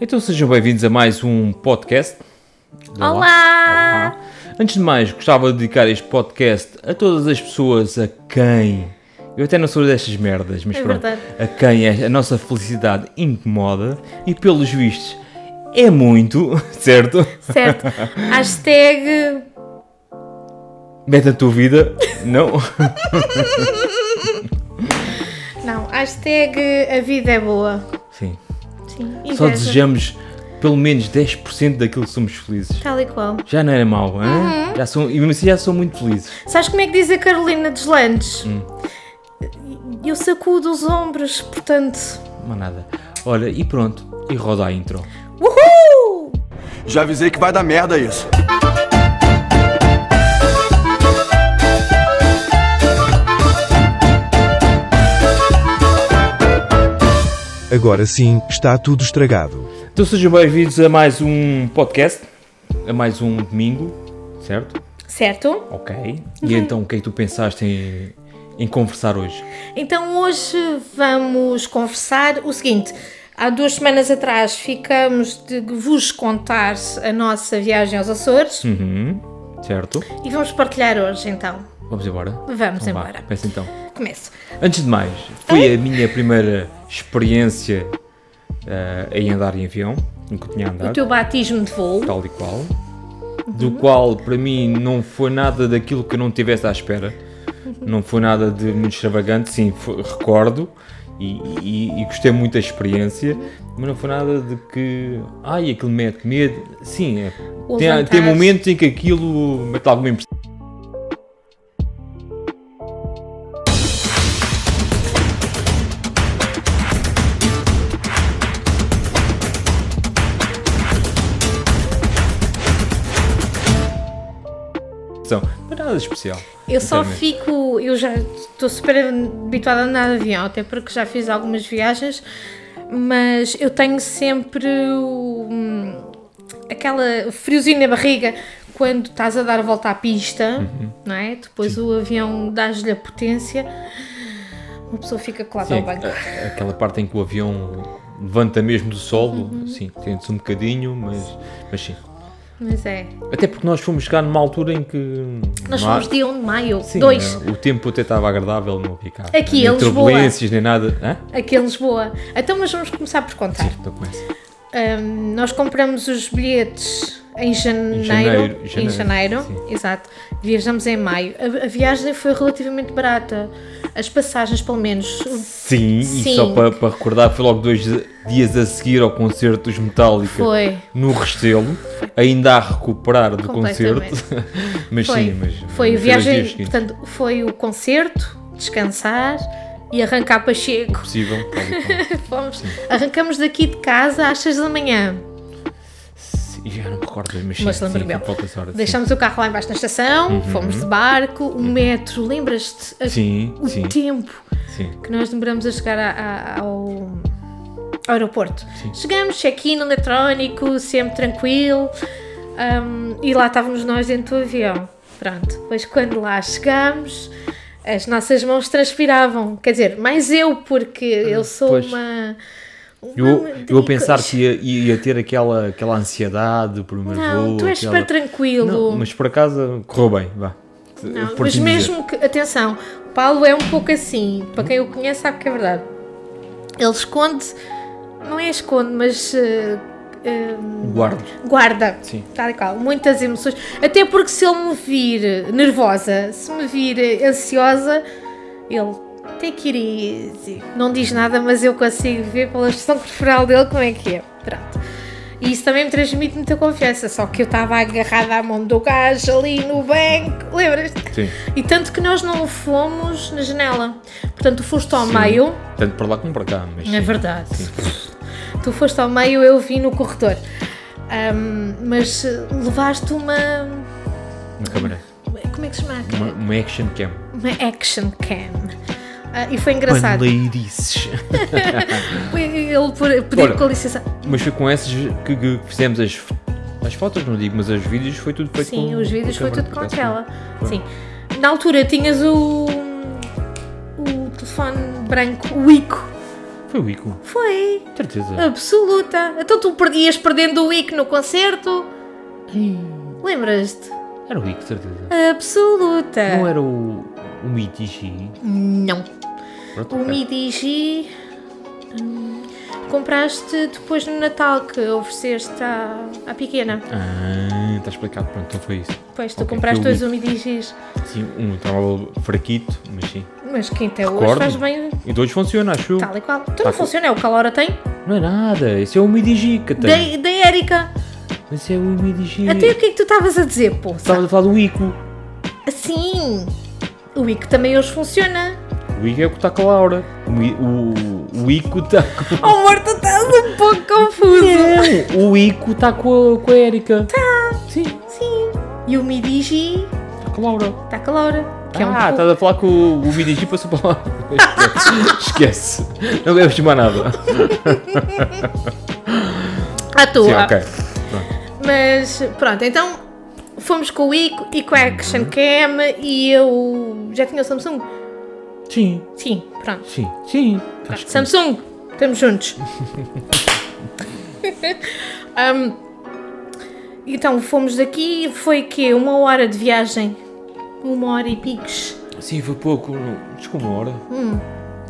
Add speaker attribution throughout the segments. Speaker 1: Então sejam bem-vindos a mais um podcast. Olá.
Speaker 2: Olá!
Speaker 1: Antes de mais, gostava de dedicar este podcast a todas as pessoas a quem. Eu até não sou destas merdas, mas
Speaker 2: É
Speaker 1: pronto.
Speaker 2: verdade.
Speaker 1: A quem a, a nossa felicidade incomoda e, pelos vistos, é muito, certo?
Speaker 2: Certo. Hashtag.
Speaker 1: Mete a tua vida. Não.
Speaker 2: Não, hashtag a vida é boa.
Speaker 1: Sim.
Speaker 2: Sim.
Speaker 1: Só
Speaker 2: inveja.
Speaker 1: desejamos pelo menos 10% daquilo que somos felizes.
Speaker 2: Tal e qual.
Speaker 1: Já não era mau,
Speaker 2: Uhum.
Speaker 1: hein? Já sou, e mesmo assim já sou muito feliz.
Speaker 2: Sabes como é que diz a Carolina dos Landes? Eu sacudo os ombros, portanto.
Speaker 1: Mas nada. Olha, e pronto. E roda a intro.
Speaker 2: Uhul!
Speaker 3: Já avisei que vai dar merda isso.
Speaker 4: Agora sim, está tudo estragado.
Speaker 1: Então sejam bem-vindos a mais um podcast, a mais um domingo, certo?
Speaker 2: Certo?
Speaker 1: Ok.
Speaker 2: Uhum.
Speaker 1: E então o que é que tu pensaste em, em conversar hoje?
Speaker 2: Então hoje vamos conversar o seguinte. Há duas semanas atrás ficamos de vos contar a nossa viagem aos Açores
Speaker 1: Uhum. Certo?
Speaker 2: e vamos partilhar hoje então.
Speaker 1: Vamos embora?
Speaker 2: Vamos
Speaker 1: vá,
Speaker 2: embora.
Speaker 1: Peço então.
Speaker 2: Começo.
Speaker 1: Antes de mais, foi a minha primeira experiência ah, em andar em avião. Nunca tinha andado.
Speaker 2: O teu batismo de voo.
Speaker 1: tal e qual, do
Speaker 2: Uhum.
Speaker 1: qual para mim não foi nada daquilo que eu não tivesse à espera,
Speaker 2: Uhum.
Speaker 1: não foi nada de muito extravagante, sim, fo- recordo e, e- e gostei muito da experiência, mas não foi nada de que, ai, aquilo mete medo, sim, é-
Speaker 2: Ou
Speaker 1: tem, tem
Speaker 2: vantagens.
Speaker 1: momentos em que aquilo mete alguma impressão. Mas nada de especial.
Speaker 2: Eu só
Speaker 1: sinceramente.
Speaker 2: fico, eu já estou super habituada a andar de avião, até porque já fiz algumas viagens, mas eu tenho sempre hum, aquela friozinho na barriga quando estás a dar a volta à pista,
Speaker 1: Uhum.
Speaker 2: não é? Depois o avião dás-lhe a potência, uma pessoa fica colada
Speaker 1: Sim,
Speaker 2: ao banco.
Speaker 1: a- aquela parte em que o avião levanta mesmo do solo,
Speaker 2: Uhum.
Speaker 1: sim, tende-se um bocadinho, mas, mas sim.
Speaker 2: Mas é,
Speaker 1: Até porque nós fomos chegar numa altura em que. hum,
Speaker 2: nós
Speaker 1: não há-
Speaker 2: fomos dia 1 de maio,
Speaker 1: Sim,
Speaker 2: dois
Speaker 1: eh, O tempo até estava agradável, não havia cá.
Speaker 2: Aqui,
Speaker 1: nem
Speaker 2: em Lisboa.
Speaker 1: turbulências, nem nada. Hã?
Speaker 2: aqui em Lisboa. Então, mas vamos começar por contar.
Speaker 1: Então começa.
Speaker 2: Hum, nós compramos os bilhetes em janeiro. Em
Speaker 1: janeiro,
Speaker 2: janeiro,
Speaker 1: janeiro,
Speaker 2: exato. Viajamos em maio. A, a viagem foi relativamente barata. As passagens, pelo menos.
Speaker 1: Sim, e
Speaker 2: Sim.
Speaker 1: só para, para recordar, foi logo dois dias a seguir ao concerto dos Metallica
Speaker 2: Foi.
Speaker 1: no Restelo, ainda a recuperar do
Speaker 2: Completamente.
Speaker 1: concerto. mas
Speaker 2: Foi,
Speaker 1: sim, mas.
Speaker 2: foi a
Speaker 1: mas os dias
Speaker 2: viagem.
Speaker 1: seguintes,
Speaker 2: Portanto, foi o concerto, descansar e arrancar Pacheco.
Speaker 1: possível, tal e qual.
Speaker 2: Fomos, arrancamos daqui de casa às 6 da manhã.
Speaker 1: Sim, Já não me recordo, mas sim,
Speaker 2: Mas
Speaker 1: sim,
Speaker 2: lembro-me
Speaker 1: foi
Speaker 2: bem.
Speaker 1: por volta dessa hora, sim. Uhum.
Speaker 2: Deixámos o carro lá embaixo na estação, fomos de barco, o metro, lembras-te? A-
Speaker 1: Sim,
Speaker 2: O
Speaker 1: sim,
Speaker 2: tempo.
Speaker 1: sim.
Speaker 2: que nós demoramos a chegar a- a- ao ao aeroporto. Chegamos, check-in eletrónico, sempre tranquilo, hum, e lá estávamos nós dentro do avião. Pronto, depois quando lá chegámos, as nossas mãos transpiravam. Quer dizer, mais eu, porque eu sou
Speaker 1: Ah, pois.
Speaker 2: uma.
Speaker 1: Eu,
Speaker 2: uma
Speaker 1: eu a pensar
Speaker 2: coisa-
Speaker 1: que ia, ia ter aquela, aquela ansiedade por primeiro
Speaker 2: Não,
Speaker 1: voo,
Speaker 2: tu és
Speaker 1: aquela-
Speaker 2: super tranquilo.
Speaker 1: Não, mas por acaso correu bem, vá.
Speaker 2: Não,
Speaker 1: eh, Por
Speaker 2: mas
Speaker 1: te dizer.
Speaker 2: mesmo que, atenção, o Paulo é um pouco assim, para quem o conhece sabe que é verdade. Ele esconde, não é esconde, mas eh, eh,
Speaker 1: Guardo.
Speaker 2: guarda,
Speaker 1: Sim.
Speaker 2: tal e qual, muitas emoções. Até porque se ele me vir nervosa, se me vir eh, ansiosa, ele tem que ir easy. Não diz nada, mas eu consigo ver pela expressão corporal dele como é que é. Pronto. E isso também me transmite muita confiança, só que eu estava agarrada à mão do gajo ali no banco, lembras-te?
Speaker 1: Sim.
Speaker 2: E tanto que nós não fomos na janela. Portanto, tu foste ao
Speaker 1: sim.
Speaker 2: meio.
Speaker 1: Tanto para lá como para cá, mas.
Speaker 2: É
Speaker 1: sim.
Speaker 2: verdade. Tu foste ao meio, eu vim no corredor. Ahm, mas eh, levaste uma.
Speaker 1: Uma câmera.
Speaker 2: Como é que se chama?
Speaker 1: Uma, uma action cam.
Speaker 2: Uma action cam. Ah, e foi engraçado.
Speaker 1: Paneleirices.
Speaker 2: Ele por- pediu
Speaker 1: Ora.
Speaker 2: com licença.
Speaker 1: Mas foi com essas que, que fizemos as, f- as fotos, não digo, mas os vídeos foi tudo feito com
Speaker 2: Sim, os vídeos foi
Speaker 1: câmera,
Speaker 2: tudo com
Speaker 1: por acaso,
Speaker 2: aquela.
Speaker 1: Foi.
Speaker 2: Sim. Na altura tinhas o. o telefone branco, o Ico.
Speaker 1: Foi o Ico.
Speaker 2: Foi.
Speaker 1: Certeza.
Speaker 2: Absoluta. Então tu per- ias perdendo o Ico no concerto. Lembras-te?
Speaker 1: Era o Ico, certeza.
Speaker 2: Absoluta.
Speaker 1: Não era o, o Mitichi.
Speaker 2: Não.
Speaker 1: Pronto,
Speaker 2: O
Speaker 1: ok.
Speaker 2: Midigi hum, compraste depois no Natal que ofereceste à, à pequena.
Speaker 1: Ah, está explicado. Pronto, então foi isso.
Speaker 2: Depois tu
Speaker 1: Ok,
Speaker 2: compraste
Speaker 1: foi o
Speaker 2: dois o Midigis.
Speaker 1: Sim, um telemóvel fraquito, mas sim.
Speaker 2: Mas que até hoje
Speaker 1: Recordo.
Speaker 2: faz bem um-
Speaker 1: E dois funciona, acho eu.
Speaker 2: tal e qual. Então
Speaker 1: Tá
Speaker 2: não
Speaker 1: com-
Speaker 2: funciona, é o que a Laura tem.
Speaker 1: Não é nada. Esse é o Midigi que tem.
Speaker 2: Da, da Erika.
Speaker 1: Mas é o Midigi.
Speaker 2: Até o que é que tu estavas a dizer, pô?
Speaker 1: Estavas a falar do Ico.
Speaker 2: Assim, o Ico também hoje funciona.
Speaker 1: O Ico é o que está com a Laura. O, Mi- o, o Ico está com...
Speaker 2: Oh, amor, tu estás um pouco confuso.
Speaker 1: Não, o Ico está com a, com a Erika.
Speaker 2: Tá.
Speaker 1: Sim,
Speaker 2: Sim. E o Midigi
Speaker 1: está com a Laura.
Speaker 2: está com a Laura. Que é um
Speaker 1: ah,
Speaker 2: pouco-
Speaker 1: estás a falar que o, o Midigi passou para lá. Esquece. Não deves mais nada.
Speaker 2: à toa.
Speaker 1: tá- Sim, ok.
Speaker 2: Mas pronto, então fomos com o Ico é e com a Action Cam e eu já tinha o Samsung.
Speaker 1: Sim,
Speaker 2: Sim, pronto.
Speaker 1: sim, sim.
Speaker 2: Tá,
Speaker 1: Acho que sim.
Speaker 2: Samsung, estamos juntos. Ahm, Um, então fomos daqui, foi que uma hora de viagem, uma hora e picos.
Speaker 1: Sim, foi pouco. não- Acho que uma hora.
Speaker 2: Hum.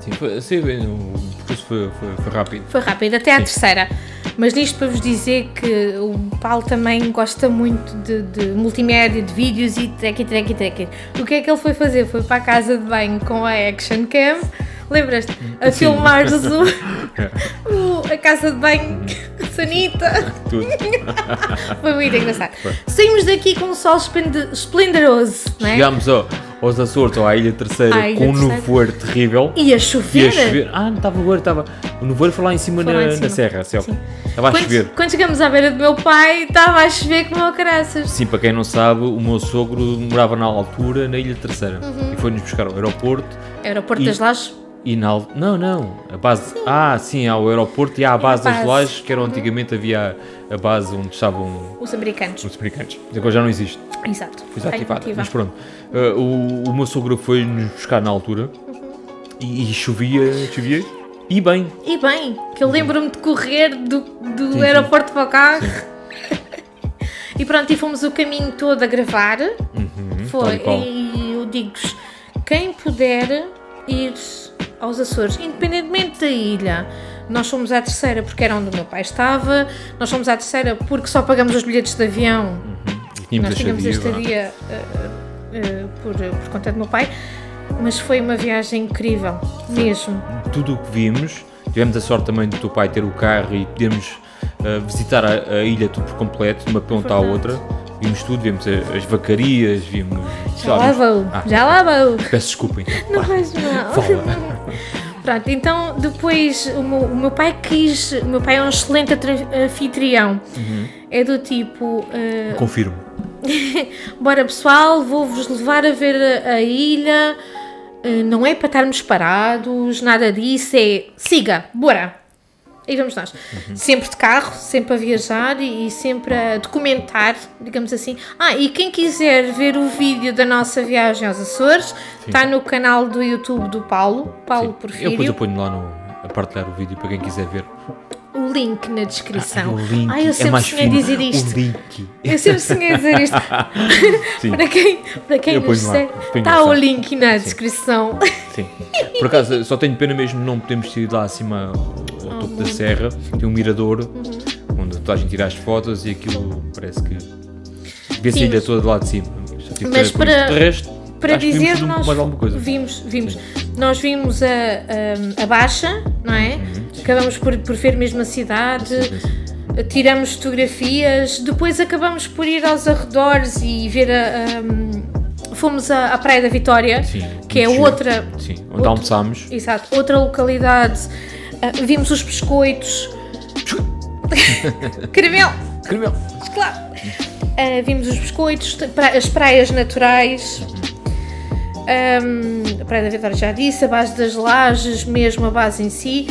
Speaker 1: Sim, foi, sim, bem, o percurso foi, foi, foi rápido.
Speaker 2: Foi rápido, até à terceira. Mas disto para vos dizer que o Paulo também gosta muito de, de multimédia, de vídeos e trek, trek, trek. O que é que ele foi fazer? Foi para a casa de banho com a Action Cam, lembras-te? A
Speaker 1: Sim.
Speaker 2: filmar o, o- a casa de banho, Sanita.
Speaker 1: Tudo.
Speaker 2: Foi muito engraçado. Saímos daqui com um sol esplende- esplendoroso, não é?
Speaker 1: Chegámos ao, aos Açores, ou à Ilha Terceira,
Speaker 2: À Ilha
Speaker 1: com um
Speaker 2: Terceira.
Speaker 1: nevoeiro terrível.
Speaker 2: E a
Speaker 1: Ia
Speaker 2: chover.
Speaker 1: chover. Ah, não estava o nevoeiro, estava. O nevoeiro foi lá em cima,
Speaker 2: Foi
Speaker 1: na,
Speaker 2: lá em
Speaker 1: na
Speaker 2: cima.
Speaker 1: serra, assim, ó. Estava a chover.
Speaker 2: Quando, quando chegamos à beira do meu pai, estava a chover como ao caraças.
Speaker 1: Sim, para quem não sabe, o meu sogro morava na altura na Ilha Terceira
Speaker 2: Uhum.
Speaker 1: e foi-nos buscar ao aeroporto
Speaker 2: Aeroporto
Speaker 1: E-
Speaker 2: das Lajes.
Speaker 1: e na al- Não, não, a base... Ah, sim, há o aeroporto e há a base das
Speaker 2: base. Uhum.
Speaker 1: lajes, que era antigamente havia a base onde estavam
Speaker 2: Os americanos.
Speaker 1: os americanos. Agora já não existe,
Speaker 2: Exato.
Speaker 1: foi desativada,
Speaker 2: Bem,
Speaker 1: mas pronto. Ah, o, o meu sogro foi-nos buscar na altura
Speaker 2: Uhum.
Speaker 1: e, e chovia, chovia e bem.
Speaker 2: E bem, que eu lembro-me de correr do, do
Speaker 1: Uhum. sim.
Speaker 2: aeroporto para o carro. e pronto, e fomos o caminho todo a gravar.
Speaker 1: Uhum. tal
Speaker 2: Foi,
Speaker 1: e qual.
Speaker 2: e eu digo-vos, quem puder ir aos Açores, independentemente da ilha, nós fomos à terceira porque era onde o meu pai estava, nós fomos à terceira porque só pagamos os bilhetes de avião
Speaker 1: Uhum. E tínhamos
Speaker 2: nós tínhamos
Speaker 1: a
Speaker 2: a
Speaker 1: chadia, não é?
Speaker 2: estadia eh, eh, por, por conta do meu pai, mas foi uma viagem incrível, mesmo.
Speaker 1: tudo o que vimos. Tivemos a sorte também do teu pai ter o carro e podemos ah, visitar a, a ilha tudo por completo, de uma ponta à
Speaker 2: Verdade.
Speaker 1: outra. Vimos tudo, vimos a- as vacarias, vimos.
Speaker 2: Já lá vou,
Speaker 1: Ah,
Speaker 2: já lá vou.
Speaker 1: Peço desculpa então.
Speaker 2: Não faz mal. Pronto, então depois o meu, o meu pai quis. O meu pai é um excelente atra- anfitrião.
Speaker 1: Uhum.
Speaker 2: É do tipo: eh,
Speaker 1: Confirmo.
Speaker 2: bora pessoal, vou-vos levar a ver a, a ilha. eh, não é para estarmos parados, nada disso. É siga, bora. Aí vamos nós.
Speaker 1: Uhum.
Speaker 2: Sempre de carro, sempre a viajar e, e sempre a documentar, digamos assim. Ah, e quem quiser ver o vídeo da nossa viagem aos Açores, está no canal do YouTube do Paulo, Paulo
Speaker 1: Eu depois eu
Speaker 2: Porfírio.
Speaker 1: ponho lá no. A partilhar o vídeo para quem quiser ver.
Speaker 2: O link na descrição.
Speaker 1: o link
Speaker 2: Ai, eu
Speaker 1: é
Speaker 2: sempre
Speaker 1: mais
Speaker 2: sonhei
Speaker 1: fino.
Speaker 2: dizer isto.
Speaker 1: O link.
Speaker 2: Eu sempre sonhei dizer isto.
Speaker 1: Sim.
Speaker 2: para quem, para quem
Speaker 1: Eu
Speaker 2: nos
Speaker 1: ponho lá,
Speaker 2: segue,
Speaker 1: ponho
Speaker 2: está
Speaker 1: no
Speaker 2: o
Speaker 1: site.
Speaker 2: link na descrição.
Speaker 1: Sim. Por acaso, só tenho pena mesmo de não podermos ir lá acima ao,
Speaker 2: Ah,
Speaker 1: ao topo da serra. Tem um mirador
Speaker 2: Uhum.
Speaker 1: onde toda a gente tira as fotos e aquilo parece que vê-se a
Speaker 2: Sim,
Speaker 1: ilha
Speaker 2: mas-
Speaker 1: toda de lá de cima. Só tive pena
Speaker 2: mas
Speaker 1: com
Speaker 2: para-
Speaker 1: isto. de resto,
Speaker 2: Para
Speaker 1: acho que
Speaker 2: dizer,
Speaker 1: vimos tudo um
Speaker 2: nós
Speaker 1: mais alguma coisa.
Speaker 2: vimos, vimos. Nós vimos a, a, a Baixa, não é?
Speaker 1: Uhum,
Speaker 2: Acabamos por, por ver mesmo a cidade, tiramos fotografias, depois acabamos por ir aos arredores e ver a. a- fomos à, à Praia da Vitória,
Speaker 1: Sim,
Speaker 2: que é
Speaker 1: muito giro.
Speaker 2: outra.
Speaker 1: Sim, onde
Speaker 2: outro-
Speaker 1: almoçámos.
Speaker 2: Exato, outra localidade. Ah, vimos os biscoitos. Caramelo!
Speaker 1: Incrível.
Speaker 2: Claro. Ah, vimos os biscoitos, t- pra- as praias naturais. Ahm, a Praia da Vitória já disse, a base das lajes, mesmo a base em si.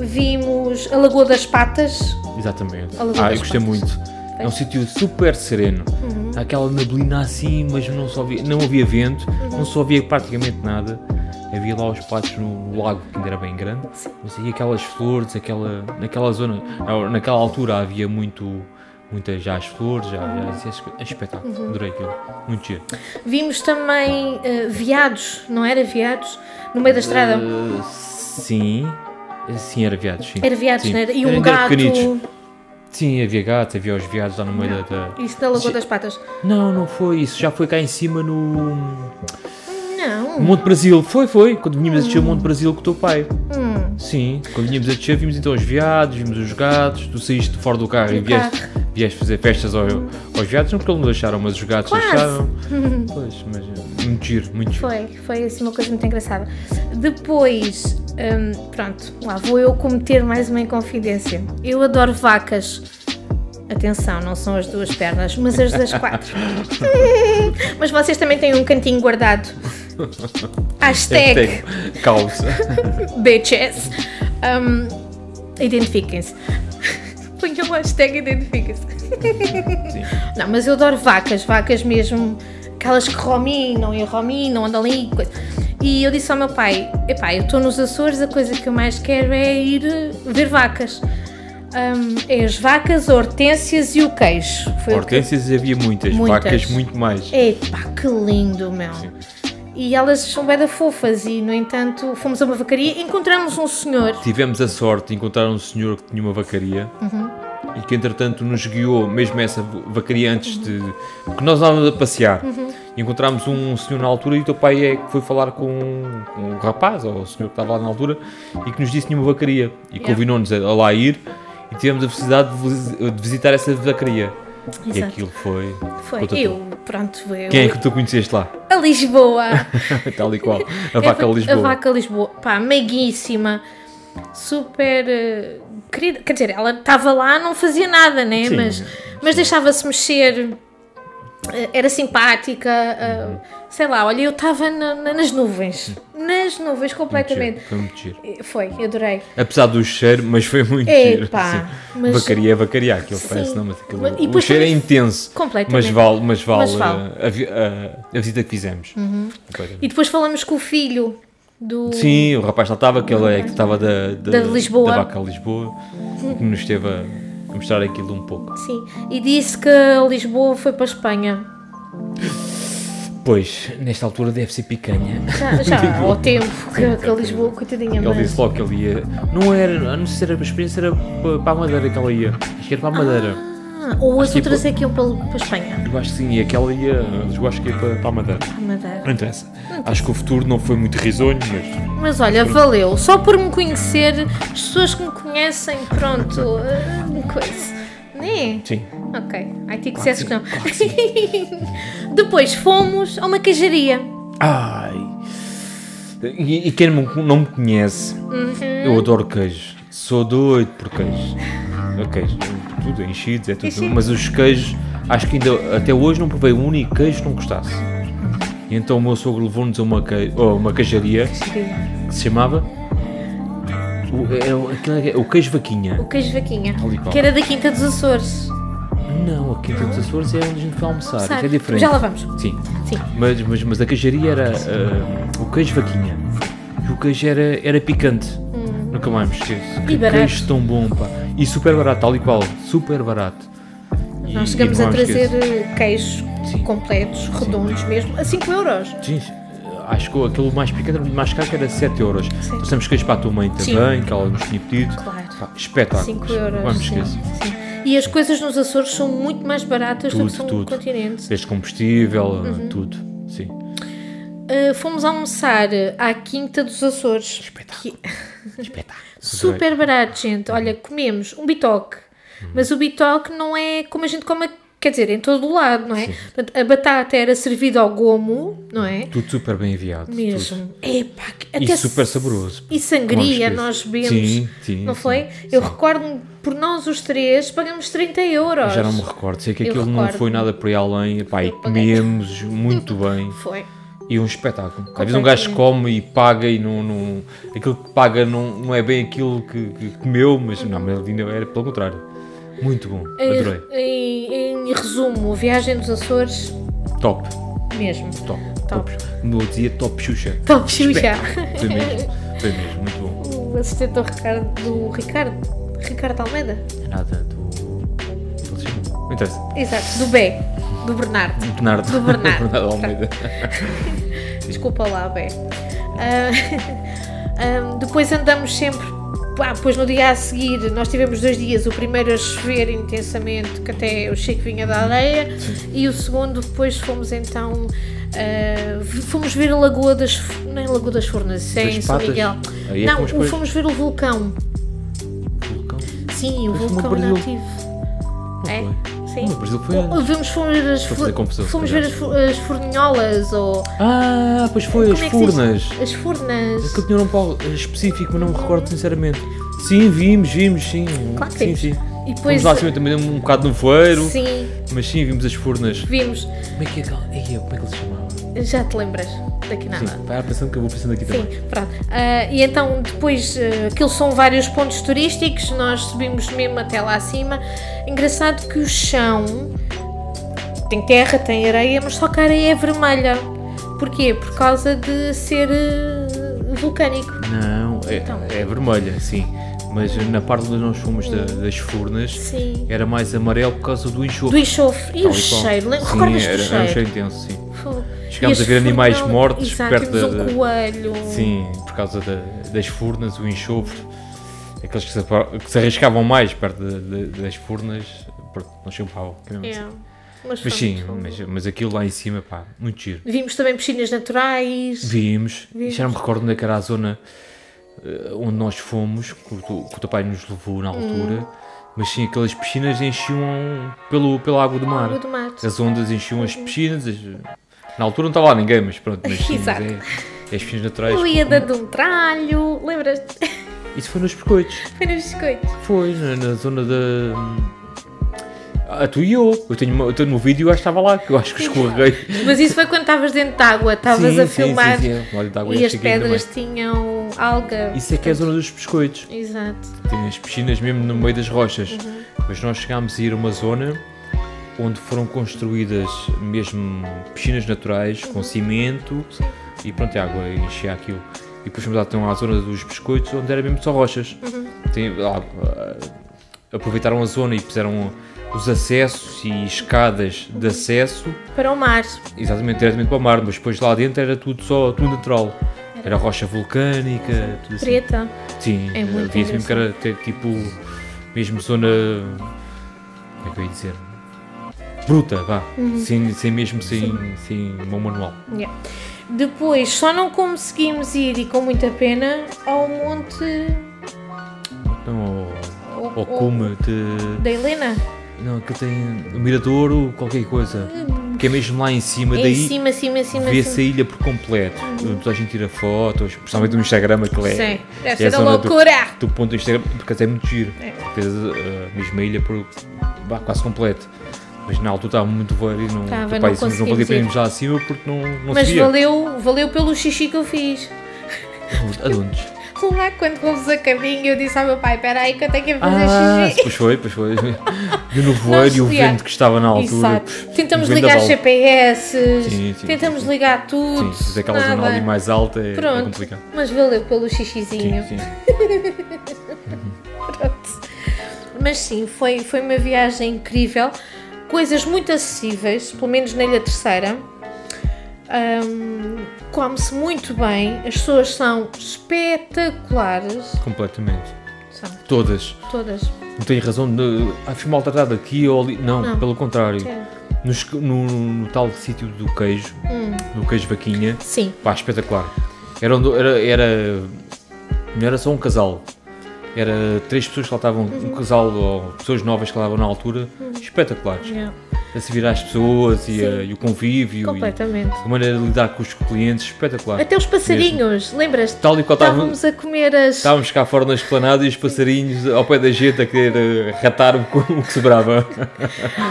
Speaker 2: Vimos a Lagoa das Patas.
Speaker 1: Exatamente.
Speaker 2: A Lagoa
Speaker 1: Ah,
Speaker 2: das
Speaker 1: eu gostei
Speaker 2: Patas.
Speaker 1: muito. É um sítio super sereno. Há Aquela neblina assim, mas não, só havia, não havia vento, não só havia praticamente nada. havia lá os patos no, no lago, que ainda era bem grande, mas aí aquelas flores, aquela, naquela zona, na- naquela altura havia muito, muitas já as flores, já, já essas coisas. é espetáculo, adorei aquilo, muito giro.
Speaker 2: Vimos também eh, veados, não era veados? No meio da estrada.
Speaker 1: Eh, sim, sim, era viados, sim.
Speaker 2: Era veados,
Speaker 1: Eh, sim.
Speaker 2: não era? E um
Speaker 1: Ainda
Speaker 2: gato.
Speaker 1: pequeninos. Sim, havia gatos, havia os viados lá no meio da- da...
Speaker 2: Isso da Lagoa das Patas.
Speaker 1: Não, não foi isso, já foi cá em cima no...
Speaker 2: Não.
Speaker 1: Monte Brasil, foi, foi. Quando vinhamos a descer o Monte Brasil com o teu pai.
Speaker 2: Hum.
Speaker 1: Sim, quando vinhamos a descer, vimos então os veados, vimos os gatos. Tu saíste de fora do carro e
Speaker 2: Do
Speaker 1: vieste, vieste fazer festas ao, aos veados, não porque eles não deixaram, mas os gatos
Speaker 2: Quase.
Speaker 1: deixaram. Pois, mas é, muito giro, muito giro.
Speaker 2: Foi, foi assim uma coisa muito engraçada. Depois, hum, pronto, lá vou eu cometer mais uma inconfidência. Eu adoro vacas. Atenção, não são as duas pernas, mas as das quatro. Hum, mas vocês também têm um cantinho guardado.
Speaker 1: É
Speaker 2: Hashtag
Speaker 1: Hashtag Causa.
Speaker 2: bitches. Hum, identifiquem-se. Ponham o hashtag identifiquem-se.
Speaker 1: Sim.
Speaker 2: Não, mas eu adoro vacas, vacas mesmo, aquelas que rominam e rominam, andam ali e coisa. E eu disse ao meu pai: epá, eu estou nos Açores, a coisa que eu mais quero é ir ver vacas. Hum, é as vacas, hortênsias e o queijo. Foi o que-
Speaker 1: Hortênsias havia muitas,
Speaker 2: Muitas.
Speaker 1: vacas muito mais.
Speaker 2: Epá, que lindo, meu. E elas são bem fofas e, no entanto, fomos a uma vacaria e encontramos um senhor.
Speaker 1: Tivemos a sorte de encontrar um senhor que tinha uma vacaria
Speaker 2: Uhum.
Speaker 1: e que entretanto nos guiou mesmo essa vacaria antes de. Porque nós andávamos a passear.
Speaker 2: Uhum.
Speaker 1: E encontramos um senhor na altura e o teu pai é que foi falar com, um, com o rapaz, ou o senhor que estava lá na altura, e que nos disse que tinha uma vacaria. E convidou-nos a, a lá ir e tivemos a felicidade de, visi- de visitar essa vacaria. E
Speaker 2: Exato.
Speaker 1: aquilo foi.
Speaker 2: Foi
Speaker 1: conta tu.
Speaker 2: eu, pronto, eu.
Speaker 1: Quem é que tu conheceste lá?
Speaker 2: A Lisboa!
Speaker 1: Tal e qual. A vaca
Speaker 2: va-
Speaker 1: Lisboa.
Speaker 2: A vaca Lisboa, pá, meiguíssima, super eh, querida. Quer dizer, ela estava lá, não fazia nada, né?
Speaker 1: Sim,
Speaker 2: mas mas deixava-se mexer, eh, era simpática, eh,
Speaker 1: Uhum.
Speaker 2: sei lá, olha, eu estava na- na- nas nuvens, nas nuvens
Speaker 1: Muito giro,
Speaker 2: completamente.
Speaker 1: Foi muito giro.
Speaker 2: Eh, Foi, adorei.
Speaker 1: Apesar do cheiro, mas foi muito giro.
Speaker 2: Epá,
Speaker 1: Sim.
Speaker 2: mas-
Speaker 1: Vacaria é vacaria, aquilo
Speaker 2: Sim.
Speaker 1: parece, não, mas aquilo,
Speaker 2: Mas- e
Speaker 1: o
Speaker 2: depois
Speaker 1: cheiro é
Speaker 2: também-
Speaker 1: intenso.
Speaker 2: Completamente.
Speaker 1: Mas vale, mas vale,
Speaker 2: Mas vale. Uhum.
Speaker 1: uh, A, vi- a- a visita que fizemos. Completamente.
Speaker 2: E depois falamos com o filho do.
Speaker 1: Sim, o rapaz lá estava, que ele é que estava da,
Speaker 2: Da Lisboa.
Speaker 1: da vaca Lisboa, que nos esteve a mostrar aquilo um pouco.
Speaker 2: Sim, e disse que a Lisboa foi para a Espanha.
Speaker 1: Pois, nesta altura deve ser picanha.
Speaker 2: Já, já ao tempo que, que a Lisboa, coitadinha,
Speaker 1: Ele
Speaker 2: mãe.
Speaker 1: disse logo que ele ia. Não era, a não ser a experiência era pa- para a Madeira que ela ia. Acho que era para a Madeira.
Speaker 2: Ah, ou as
Speaker 1: Acho que
Speaker 2: outras é que iam para, para a Espanha.
Speaker 1: Eu acho que sim, e aquela ia. Eu acho que ia para, para a Madeira.
Speaker 2: para Madeira.
Speaker 1: Não interessa. Acho que o futuro não foi muito risonho, mas.
Speaker 2: Mas olha, valeu. Só por me conhecer, as pessoas que me conhecem, pronto, ah, coisa. Né?
Speaker 1: Sim.
Speaker 2: Ok. Ai, tinha que dissesse que não. Depois fomos a uma cajaria.
Speaker 1: Ai. E, e quem não me- não me conhece, eu adoro queijo. Sou doido por queijo. Eu Queijo, tudo, enchidos, é tudo.
Speaker 2: Enchidos.
Speaker 1: Mas os queijos, acho que ainda até hoje não provei um único queijo que não gostasse. E então o meu sogro levou-nos a uma, que, a uma queijaria que se chamava. O, era o- aquilo era o queijo vaquinha.
Speaker 2: O queijo vaquinha.
Speaker 1: Ali qual?
Speaker 2: Que era da Quinta dos Açores.
Speaker 1: Não, a Quinta dos Açores é onde a gente foi almoçar.
Speaker 2: Sabe?
Speaker 1: isso É diferente.
Speaker 2: Já lá vamos.
Speaker 1: Sim.
Speaker 2: Sim.
Speaker 1: Mas, mas, mas a queijaria era ah, o queijo vaquinha. E o queijo era, era picante. Nunca mais me esqueço. Que
Speaker 2: Hum. barato.
Speaker 1: queijo tão bom, pá. E super barato, tal e qual. Super barato. E-
Speaker 2: Nós
Speaker 1: e
Speaker 2: chegamos
Speaker 1: nunca
Speaker 2: a
Speaker 1: mais me
Speaker 2: trazer
Speaker 1: esqueço.
Speaker 2: eh, queijos
Speaker 1: Sim.
Speaker 2: completos, redondos mesmo, a 5 euros.
Speaker 1: Sim, acho que aquele mais picante, mais caro, que era 7 euros. Trouxemos queijo para a tua mãe
Speaker 2: Sim.
Speaker 1: também, que ela nos tinha pedido.
Speaker 2: Claro.
Speaker 1: Pá, espetáculo.
Speaker 2: 5
Speaker 1: Nunca mais
Speaker 2: euros.
Speaker 1: me
Speaker 2: Sim,
Speaker 1: esqueço.
Speaker 2: sim. E as coisas nos Açores são muito mais baratas do
Speaker 1: Tudo,
Speaker 2: que são no
Speaker 1: tudo.
Speaker 2: continente.
Speaker 1: Desde combustível,
Speaker 2: Uhum.
Speaker 1: tudo. Sim.
Speaker 2: Uh, fomos almoçar à Quinta dos Açores.
Speaker 1: Espetáculo.
Speaker 2: que-
Speaker 1: Espetáculo.
Speaker 2: super barato, gente. Olha, comemos um bitoque.
Speaker 1: Uhum.
Speaker 2: Mas o bitoque não é como a gente come, quer dizer, em todo o lado, não é? Portanto, a batata era servida ao gomo, não é?
Speaker 1: Tudo super bem enviado. tudo.
Speaker 2: Mesmo. Epá, que-
Speaker 1: E
Speaker 2: até
Speaker 1: super
Speaker 2: s-
Speaker 1: saboroso.
Speaker 2: E
Speaker 1: Não me
Speaker 2: sangria
Speaker 1: esqueço.
Speaker 2: nós bebemos.
Speaker 1: Sim, sim,
Speaker 2: não
Speaker 1: sim,
Speaker 2: foi? Eu recordo-me, por nós os três, pagamos 30 euros.
Speaker 1: Já não me recordo, sei que
Speaker 2: Eu
Speaker 1: aquilo não
Speaker 2: recordo.
Speaker 1: foi nada por aí além. Epá, e
Speaker 2: Eu paguei.
Speaker 1: comemos muito bem
Speaker 2: Foi.
Speaker 1: e um espetáculo. Às vezes um gajo come e paga e não. não- aquilo que paga não, não é bem aquilo que, que comeu, mas não, mas ainda era pelo contrário. Muito bom,
Speaker 2: É
Speaker 1: adorei.
Speaker 2: Em, em- em resumo, a viagem dos Açores,
Speaker 1: Top,
Speaker 2: mesmo.
Speaker 1: top.
Speaker 2: Top.
Speaker 1: Como eu dizia, top Xuxa.
Speaker 2: Top Xuxa.
Speaker 1: Espetáculo. Foi mesmo, foi mesmo, muito bom.
Speaker 2: O assistente do Ricardo, do Ricardo, Ricardo Almeida.
Speaker 1: Nada do. do Lisboa. Não interessa.
Speaker 2: Exato, do B, do Bernardo.
Speaker 1: Do Bernardo.
Speaker 2: Do Bernardo.
Speaker 1: Almeida.
Speaker 2: Desculpa lá, B. Ah, ah, depois andamos sempre. Pá, depois no dia a seguir nós tivemos dois dias, o primeiro a chover intensamente, que até o Chico vinha da areia, e o segundo depois fomos então ah, v- fomos ver a Lagoa das F- não é Lagoa das Furnas, é
Speaker 1: Das
Speaker 2: em São
Speaker 1: Patas?
Speaker 2: Miguel.
Speaker 1: Aí é que
Speaker 2: não,
Speaker 1: fomos depois.
Speaker 2: fomos ver o vulcão. Tá.
Speaker 1: Vulcão.
Speaker 2: Sim, o
Speaker 1: Mas fomos
Speaker 2: vulcão
Speaker 1: ao Brasil.
Speaker 2: nativo. é?
Speaker 1: Foi.
Speaker 2: Sim.
Speaker 1: Não, o Brasil foi
Speaker 2: Ou
Speaker 1: antes.
Speaker 2: Vimos ver as,
Speaker 1: Estou a fazer
Speaker 2: fu-
Speaker 1: confusão, se
Speaker 2: fomos ver
Speaker 1: calhar.
Speaker 2: as, fu- as fornholas ou
Speaker 1: Ah, pois foi,
Speaker 2: Como
Speaker 1: as
Speaker 2: é que se diz?
Speaker 1: Furnas.
Speaker 2: as furnas.
Speaker 1: Aquilo tinha um nome específico, mas não me recordo sinceramente. Sim, vimos, vimos, sim.
Speaker 2: Claro que
Speaker 1: sim,
Speaker 2: vimos. é.
Speaker 1: sim.
Speaker 2: E
Speaker 1: Fomos
Speaker 2: depois-
Speaker 1: lá acima também um bocado no feiro,
Speaker 2: Sim,
Speaker 1: mas sim, vimos as furnas.
Speaker 2: vimos.
Speaker 1: Como é que é aquela- Ei, como é que ele se chamava?
Speaker 2: Já te lembras daqui nada.
Speaker 1: Sim, vai pensando que eu vou pensando aqui
Speaker 2: Ah. Sim,
Speaker 1: também.
Speaker 2: pronto. Ah, e então depois ah, aquilo são vários pontos turísticos, nós subimos mesmo até lá acima. Engraçado que o chão tem terra, tem areia, mas só que a areia é vermelha. Porquê? Por causa de ser ah, vulcânico.
Speaker 1: Não, é,
Speaker 2: Então.
Speaker 1: é vermelha, sim. Mas na parte onde nós fomos da- das furnas,
Speaker 2: Sim.
Speaker 1: era mais amarelo por causa do
Speaker 2: Do
Speaker 1: enxofre.
Speaker 2: enxofre. E
Speaker 1: tal
Speaker 2: o
Speaker 1: qual.
Speaker 2: cheiro, lem-
Speaker 1: Sim,
Speaker 2: recordas-te
Speaker 1: era,
Speaker 2: do
Speaker 1: era um
Speaker 2: cheiro?
Speaker 1: cheiro intenso, sim.
Speaker 2: Fogo.
Speaker 1: Chegámos
Speaker 2: E
Speaker 1: a
Speaker 2: as
Speaker 1: ver animais
Speaker 2: fornal-
Speaker 1: mortos
Speaker 2: Exato,
Speaker 1: perto
Speaker 2: vimos
Speaker 1: da-
Speaker 2: um
Speaker 1: da-
Speaker 2: coelho.
Speaker 1: Sim, por causa da- das furnas, o enxofre, aqueles que se, apro- que se arriscavam mais perto da- da- das furnas, porque não chupavam. que mesmo
Speaker 2: É.
Speaker 1: assim.
Speaker 2: Mas,
Speaker 1: Mas
Speaker 2: pronto.
Speaker 1: sim, mas, mas aquilo lá em cima, pá, muito giro.
Speaker 2: Vimos também piscinas naturais.
Speaker 1: Vimos,
Speaker 2: Vimos.
Speaker 1: já não me recordo onde é que era a zona eh, onde nós fomos, que o, teu- que o teu pai nos levou na altura,
Speaker 2: Hum.
Speaker 1: mas sim, aquelas piscinas enchiam pelo, pela água do mar.
Speaker 2: Água do mar.
Speaker 1: As ondas enchiam as piscinas, as- na altura não estava lá ninguém, mas pronto, mas sim, mas
Speaker 2: Exato.
Speaker 1: é, é as piscinas naturais.
Speaker 2: Eu ia
Speaker 1: porque-
Speaker 2: dando um tralho. Lembras-te? um
Speaker 1: Isso foi nos biscoitos.
Speaker 2: Foi nos biscoitos.
Speaker 1: Foi, na, na zona da. A tu e eu. Eu tenho, uma- eu tenho no vídeo, eu acho que estava lá, que eu acho que escorreguei.
Speaker 2: Mas isso foi quando estavas dentro de água. Estavas
Speaker 1: Sim,
Speaker 2: a
Speaker 1: sim,
Speaker 2: filmar.
Speaker 1: sim, sim. Olha, de água
Speaker 2: E
Speaker 1: ia
Speaker 2: as
Speaker 1: chegar ainda
Speaker 2: pedras
Speaker 1: mais.
Speaker 2: tinham alga.
Speaker 1: Isso é que é a zona dos biscoitos.
Speaker 2: Exato.
Speaker 1: Tem as piscinas mesmo no meio das rochas. Mas nós chegámos a ir a uma zona onde foram construídas mesmo piscinas naturais com cimento e pronto, a água enchia aquilo. E depois fomos lá então, à zona dos biscoitos onde era mesmo só rochas. Tem, lá, ah, aproveitaram a zona e puseram os acessos e escadas de acesso
Speaker 2: Para o mar.
Speaker 1: exatamente diretamente para o mar, mas depois lá dentro era tudo só tudo natural. Era rocha vulcânica, tudo assim.
Speaker 2: Preta.
Speaker 1: Sim, eh,
Speaker 2: É muito
Speaker 1: havia mesmo que era até, tipo, mesmo zona. Como é que eu ia dizer? Bruta, vá.
Speaker 2: Uhum.
Speaker 1: Sem, sem mesmo, sem, sem mão manual.
Speaker 2: Yeah. Depois, só não conseguimos ir, e com muita pena, ao Monte
Speaker 1: Então,
Speaker 2: Ou-
Speaker 1: ou
Speaker 2: ou-
Speaker 1: cume de.
Speaker 2: da Helena.
Speaker 1: Não, que tem. O Miradouro, qualquer coisa. Que é mesmo lá em cima,
Speaker 2: Hum. É
Speaker 1: daí.
Speaker 2: em cima, cima, cima.
Speaker 1: Vê-se
Speaker 2: cima.
Speaker 1: a ilha por completo. Toda a gente tira fotos, principalmente no Instagram, aquilo é.
Speaker 2: Sim, deve
Speaker 1: é a
Speaker 2: ser da
Speaker 1: zona do-
Speaker 2: loucura.
Speaker 1: Do, ponto do Instagram, porque até é muito giro.
Speaker 2: É.
Speaker 1: Vês a, a mesma ilha por, vá, quase completo. Mas na altura estava muito velho e não,
Speaker 2: Estava,
Speaker 1: epá,
Speaker 2: não
Speaker 1: isso não
Speaker 2: conseguimos
Speaker 1: valia para
Speaker 2: ir.
Speaker 1: irmos lá acima porque não, não
Speaker 2: Mas
Speaker 1: se via.
Speaker 2: valeu, valeu pelo xixi que eu fiz.
Speaker 1: Aonde?
Speaker 2: Lá quando fomos a caminho, eu disse ao meu pai: Peraí, que eu tenho que fazer
Speaker 1: Ah,
Speaker 2: xixi.
Speaker 1: pois foi, pois foi. E o nevoeiro e o
Speaker 2: desviar.
Speaker 1: vento que estava na altura.
Speaker 2: Exato.
Speaker 1: pff,
Speaker 2: Tentamos
Speaker 1: um
Speaker 2: ligar
Speaker 1: vendaval.
Speaker 2: GPS,
Speaker 1: Sim, sim,
Speaker 2: tentamos
Speaker 1: sim, sim.
Speaker 2: ligar tudo.
Speaker 1: Sim, se fizer aquela zona
Speaker 2: nada.
Speaker 1: ali mais alta é, é
Speaker 2: Pronto,
Speaker 1: complicado.
Speaker 2: mas valeu pelo
Speaker 1: Sim,
Speaker 2: xixizinho.
Speaker 1: sim.
Speaker 2: Pronto. Mas sim, foi, foi uma viagem incrível. Coisas muito acessíveis, pelo menos na Ilha Terceira. Ahm, Come-se muito bem, as pessoas são espetaculares.
Speaker 1: Completamente.
Speaker 2: São
Speaker 1: Todas.
Speaker 2: todas.
Speaker 1: não tem razão de. Ah, fui maltratado aqui ou ali. Não, pelo contrário.
Speaker 2: É.
Speaker 1: Nos- no, no tal sítio do queijo,
Speaker 2: Hum.
Speaker 1: no queijo vaquinha,
Speaker 2: Sim.
Speaker 1: pá, espetacular. Era, onde- era, era- Não era só um casal. Era três pessoas que lá estavam, um
Speaker 2: Uhum.
Speaker 1: casal ou pessoas novas que lá estavam na altura, espetaculares.
Speaker 2: Yeah.
Speaker 1: A se virar as pessoas e, a-
Speaker 2: Sim.
Speaker 1: e o convívio, e a
Speaker 2: Completamente.
Speaker 1: maneira de lidar com os clientes, espetacular.
Speaker 2: Até os passarinhos, lembras-te?
Speaker 1: Tal e qual estávamos-
Speaker 2: Estávamos a comer as.
Speaker 1: Estávamos cá fora na esplanada e os passarinhos ao pé da gente a querer eh, ratar o que- o que sobrava.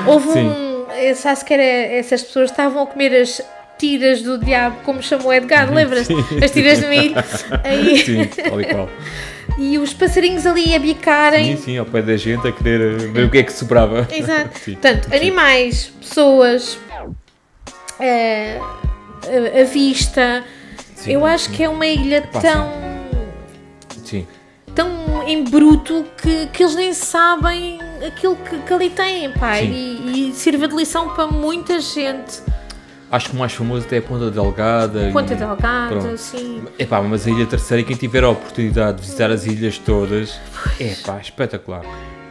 Speaker 2: Houve
Speaker 1: Sim.
Speaker 2: um. Essa, acho que era, essas pessoas estavam a comer as tiras do diabo, como chamou Edgar, lembras-te? As tiras de milho. Aí-
Speaker 1: Sim, tal e qual.
Speaker 2: e os passarinhos ali a bicarem.
Speaker 1: Sim, sim, ao pé da gente a querer eh, ver o que é que sobrava.
Speaker 2: Exato.
Speaker 1: Sim.
Speaker 2: Portanto, animais, pessoas, eh, a, a vista.
Speaker 1: Sim.
Speaker 2: Eu acho que é uma ilha
Speaker 1: Epá,
Speaker 2: tão,
Speaker 1: Sim.
Speaker 2: tão em bruto que, que eles nem sabem aquilo que, que ali têm, pá.
Speaker 1: Sim.
Speaker 2: E, e sirva de lição para muita gente.
Speaker 1: Acho que o mais famoso até é a Ponta Delgada.
Speaker 2: Ponta
Speaker 1: e-
Speaker 2: Delgada,
Speaker 1: Pronto.
Speaker 2: sim.
Speaker 1: Epá, mas a Ilha Terceira, quem tiver a oportunidade de visitar as ilhas todas, epá, espetacular.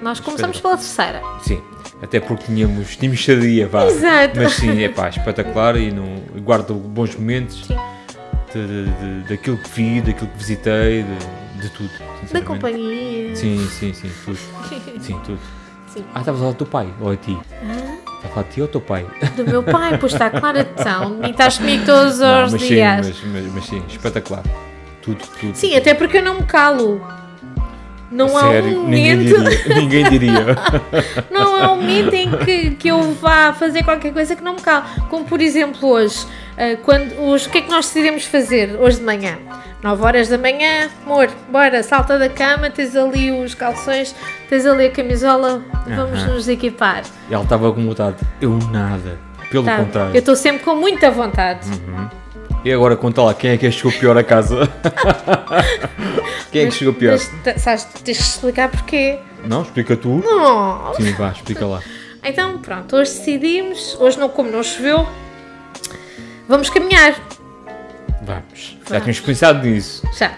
Speaker 2: Nós começamos pela terceira.
Speaker 1: Sim, até porque tínhamos, tínhamos estadia, vá.
Speaker 2: Exato.
Speaker 1: Mas sim, epá, espetacular e não, guardo bons momentos
Speaker 2: Sim.
Speaker 1: de, de- de- daquilo que vi, daquilo que visitei, de, de tudo.
Speaker 2: Da
Speaker 1: sinceramente.
Speaker 2: companhia.
Speaker 1: Sim, sim, sim, tudo. Sim, tudo.
Speaker 2: Sim.
Speaker 1: Ah, estavas a falar do teu pai, ou a ti? Estava a falar de ti ou do teu pai?
Speaker 2: Do meu pai, pois está claro, então. E estás comigo todos
Speaker 1: Não,
Speaker 2: os
Speaker 1: mas sim,
Speaker 2: dias.
Speaker 1: mas, mas, mas sim, espetacular. Tudo, tudo.
Speaker 2: Sim, até porque eu não me calo. Não há
Speaker 1: Sério,
Speaker 2: um
Speaker 1: ninguém
Speaker 2: momento,
Speaker 1: diria. Ninguém diria.
Speaker 2: não há um momento em que, que eu vá fazer qualquer coisa que não me calo. Como por exemplo hoje, ah, quando, hoje, o que é que nós decidimos fazer hoje de manhã? 9 horas da manhã, amor, bora, salta da cama, tens ali os calções, tens ali a camisola, vamos
Speaker 1: Aham.
Speaker 2: nos equipar.
Speaker 1: Ela estava com vontade. Eu nada. Pelo
Speaker 2: Tá,
Speaker 1: contrário. Hum.
Speaker 2: eu estou sempre com muita vontade.
Speaker 1: E agora conta lá, quem é que chegou pior a casa? quem é que chegou pior?
Speaker 2: Mas, t- sabes, tens que explicar porquê.
Speaker 1: Não, explica tu.
Speaker 2: Oh,
Speaker 1: Sim, vá, explica lá.
Speaker 2: Então, pronto, hoje decidimos, hoje não, como não choveu, vamos caminhar.
Speaker 1: Vamos. Já tínhamos pensado nisso.
Speaker 2: Já.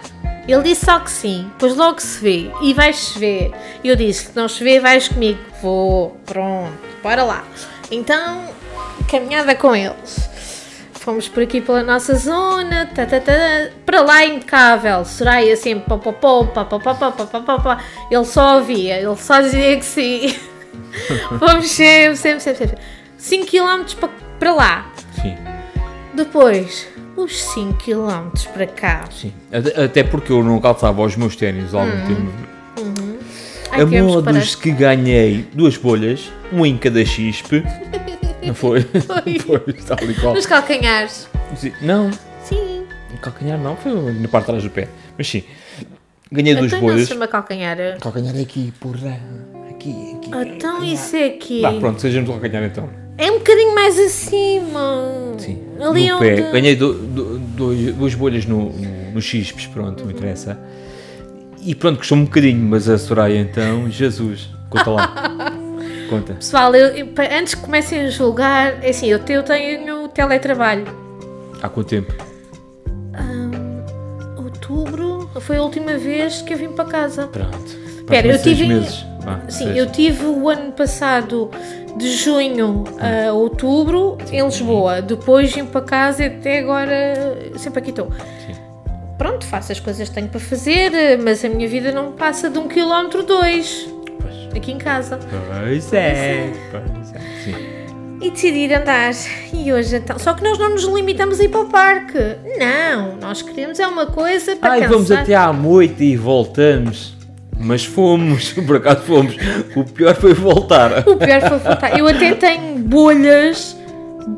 Speaker 2: Ele disse só que sim, pois logo se vê e vai chover. E Eu disse: se não chover, vais comigo. Vou, pronto, bora lá. Então, caminhada com eles. Fomos por aqui pela nossa zona, tá, tá, tá, para lá impecável. Soraya sempre pó, pó, pó, pá, pá, pá, pá, pá, pá, pá, pá. Ele só ouvia, ele só dizia que sim. Fomos sempre, sempre, sempre, sempre. 5 km para, para lá.
Speaker 1: Sim,
Speaker 2: Depois, os 5 km para cá.
Speaker 1: sim. Até- Até porque eu não calçava os meus ténis há algum tempo.
Speaker 2: Hum. Ai,
Speaker 1: a
Speaker 2: queremos parar.
Speaker 1: modos que ganhei duas bolhas, uma em cada chispe. Não foi? Foi. tal e qual.
Speaker 2: Nos calcanhares.
Speaker 1: Sim, Não,
Speaker 2: Sim.
Speaker 1: calcanhar não, foi na parte de trás do pé. Mas sim, ganhei duas
Speaker 2: então não se
Speaker 1: bolhas.
Speaker 2: chama calcanhar.
Speaker 1: Calcanhar é aqui, porra. Aqui, aqui.
Speaker 2: Então isso é aqui.
Speaker 1: Vá, pronto, sejamos ao calcanhar então.
Speaker 2: É um bocadinho mais acima.
Speaker 1: Sim.
Speaker 2: Ali
Speaker 1: no
Speaker 2: onde.
Speaker 1: pé. Ganhei do- do- dois- duas bolhas no, no, nos chispes, pronto, não interessa. E pronto, custou um bocadinho, mas a Soraya então, Jesus, conta lá. conta.
Speaker 2: Pessoal, eu- eu- pa- antes que comecem a julgar, é assim, eu, te- eu tenho teletrabalho.
Speaker 1: Há quanto tempo?
Speaker 2: Outubro foi a última vez que eu vim para casa.
Speaker 1: Pronto.
Speaker 2: Pera, eu
Speaker 1: Próximos seis
Speaker 2: tive-
Speaker 1: meses. Vá,
Speaker 2: Sim,
Speaker 1: seis.
Speaker 2: eu tive o ano passado de junho a outubro em Lisboa. Depois vim para casa e até agora sempre aqui estou. Pronto, faço as coisas que tenho para fazer, mas a minha vida não passa de um quilómetro dois
Speaker 1: Pois.
Speaker 2: aqui em casa.
Speaker 1: Pois é, pois é. Sim.
Speaker 2: E decidi ir andar. E hoje então. Só que nós não nos limitamos a ir para o parque. Não, nós queremos é uma coisa para
Speaker 1: Ai,
Speaker 2: cansar.
Speaker 1: vamos até à noite e voltamos. Mas fomos, por acaso fomos. O pior foi voltar.
Speaker 2: O pior foi faltar. Eu até tenho bolhas,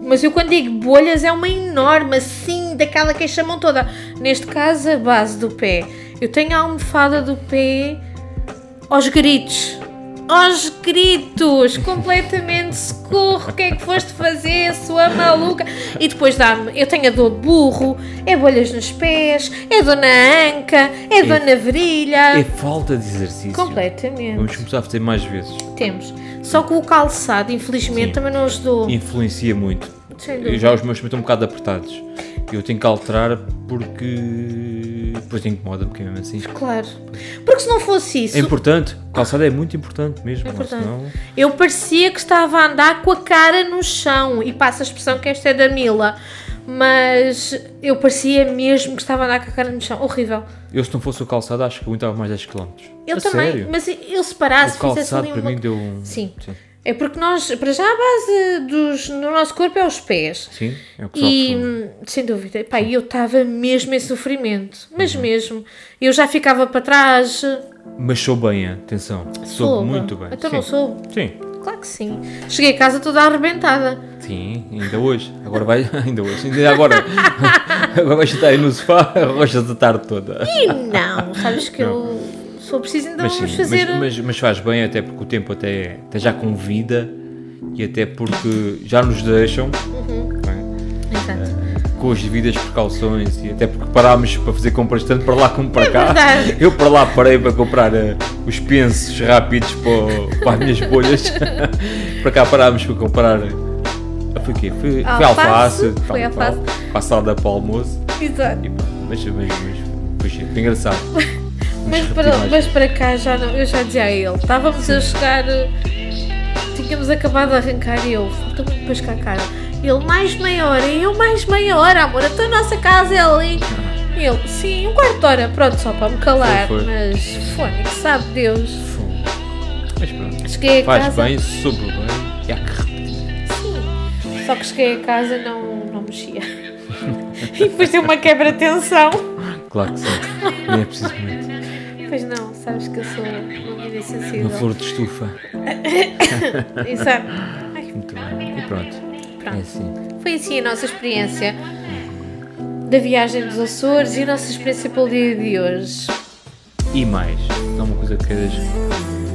Speaker 2: mas eu quando digo bolhas é uma enorme, assim, daquela que chamam toda. Neste caso, a base do pé. Eu tenho a almofada do pé aos gritos. Aos gritos, completamente socorro, o que é que foste fazer, sua maluca? E depois dá-me, eu tenho a dor de burro, é bolhas nos pés, é dor na anca, é dor na virilha.
Speaker 1: É falta de exercício.
Speaker 2: Completamente.
Speaker 1: Vamos começar a fazer mais vezes.
Speaker 2: Temos. Só que o calçado, infelizmente, também não ajudou.
Speaker 1: Influencia muito.
Speaker 2: Sem
Speaker 1: Eu
Speaker 2: dúvida.
Speaker 1: já os meus também estão um bocado apertados. Eu tenho que alterar porque. Depois incomoda-me, porque é mesmo assim.
Speaker 2: Claro. Porque se não fosse isso,
Speaker 1: É importante, calçada é muito importante mesmo.
Speaker 2: importante.
Speaker 1: Senão...
Speaker 2: eu parecia que estava a andar com a cara no chão. E passa a expressão que esta é da Mila. Mas eu parecia mesmo que estava a andar com a cara no chão. Horrível.
Speaker 1: Eu, se não fosse o calçado, acho que aguentava mais 10 km.
Speaker 2: Eu
Speaker 1: A
Speaker 2: também.
Speaker 1: sério.
Speaker 2: Mas eu se parasse,
Speaker 1: o
Speaker 2: fizesse
Speaker 1: calçado
Speaker 2: ali
Speaker 1: para
Speaker 2: uma...
Speaker 1: mim deu um.
Speaker 2: Sim.
Speaker 1: Sim,
Speaker 2: É porque nós, para já, a base dos, no nosso corpo é os pés.
Speaker 1: Sim, é o que
Speaker 2: E
Speaker 1: sofre.
Speaker 2: hum, sem dúvida, pá, eu estava mesmo em sofrimento, mas
Speaker 1: Uhum.
Speaker 2: mesmo. Eu já ficava para trás.
Speaker 1: Mas sou bem, atenção. Sou
Speaker 2: soube.
Speaker 1: muito bem.
Speaker 2: Então
Speaker 1: sim.
Speaker 2: não soube?
Speaker 1: Sim.
Speaker 2: Claro que sim. Cheguei a casa toda arrebentada.
Speaker 1: Sim, ainda hoje. Agora vai. Ainda hoje. Ainda agora. agora vais estar aí no sofá, gostas a tarde toda.
Speaker 2: E não, sabes que eu sou preciso, então
Speaker 1: Mas,
Speaker 2: vamos
Speaker 1: sim,
Speaker 2: fazer.
Speaker 1: mas, mas- mas faz bem, até porque o tempo até, até já convida e até porque já nos deixam. não é?
Speaker 2: Exato.
Speaker 1: com as devidas precauções e até porque parámos para fazer compras tanto para lá como para
Speaker 2: É
Speaker 1: cá.
Speaker 2: verdade.
Speaker 1: Eu para lá parei para comprar eh, os pensos rápidos para, o- para as minhas bolhas. para cá parámos para comprar. eh, Foi o quê? Foi, foi
Speaker 2: Ah, Alface,
Speaker 1: alface. tal
Speaker 2: foi
Speaker 1: e tal,
Speaker 2: alface.
Speaker 1: Passada para o almoço.
Speaker 2: Exato.
Speaker 1: E, pá, mas, mas, mas foi giro, foi engraçado.
Speaker 2: Mas
Speaker 1: Mas
Speaker 2: para,
Speaker 1: repetir mais.
Speaker 2: mas para cá já não, eu já dizia a ele. Estávamos a chegar, eh, tínhamos acabado de arrancar e eu, falta muito para chegar a casa. Ele, mais meia hora, e eu, mais meia hora, amor, até a nossa casa é ali. E ele, sim, um quarto de hora, pronto, só para me calar,
Speaker 1: Foi, foi.
Speaker 2: mas fone, que sabe Deus.
Speaker 1: Mas pronto.
Speaker 2: Cheguei a
Speaker 1: Faz
Speaker 2: casa.
Speaker 1: bem, soube bem. E há que repetir.
Speaker 2: Sim. Só que cheguei a casa e não, não mexia. e depois deu uma quebra de tensão.
Speaker 1: Claro que sim. Nem é preciso muito.
Speaker 2: Pois não, sabes que eu sou uma menina
Speaker 1: Uma
Speaker 2: sensível.
Speaker 1: flor de estufa.
Speaker 2: Exato. Ai,
Speaker 1: Muito bem. E pronto.
Speaker 2: Pronto.
Speaker 1: É assim.
Speaker 2: Foi assim a nossa experiência da viagem dos Açores e a nossa experiência pelo dia de hoje.
Speaker 1: E mais. Há uma coisa que queiras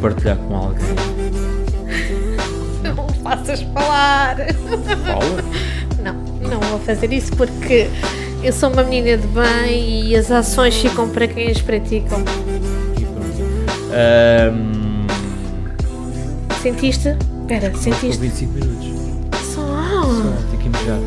Speaker 1: partilhar com alguém.
Speaker 2: Não faças falar.
Speaker 1: Paula?
Speaker 2: Não, não vou fazer isso porque eu sou uma menina de bem e as ações ficam para quem as praticam.
Speaker 1: E pronto. Ahm,
Speaker 2: Sentiste? Espera,
Speaker 1: com
Speaker 2: sentiste?
Speaker 1: 25 minutos.
Speaker 2: Só.
Speaker 1: Pronto, Tenho que mijar.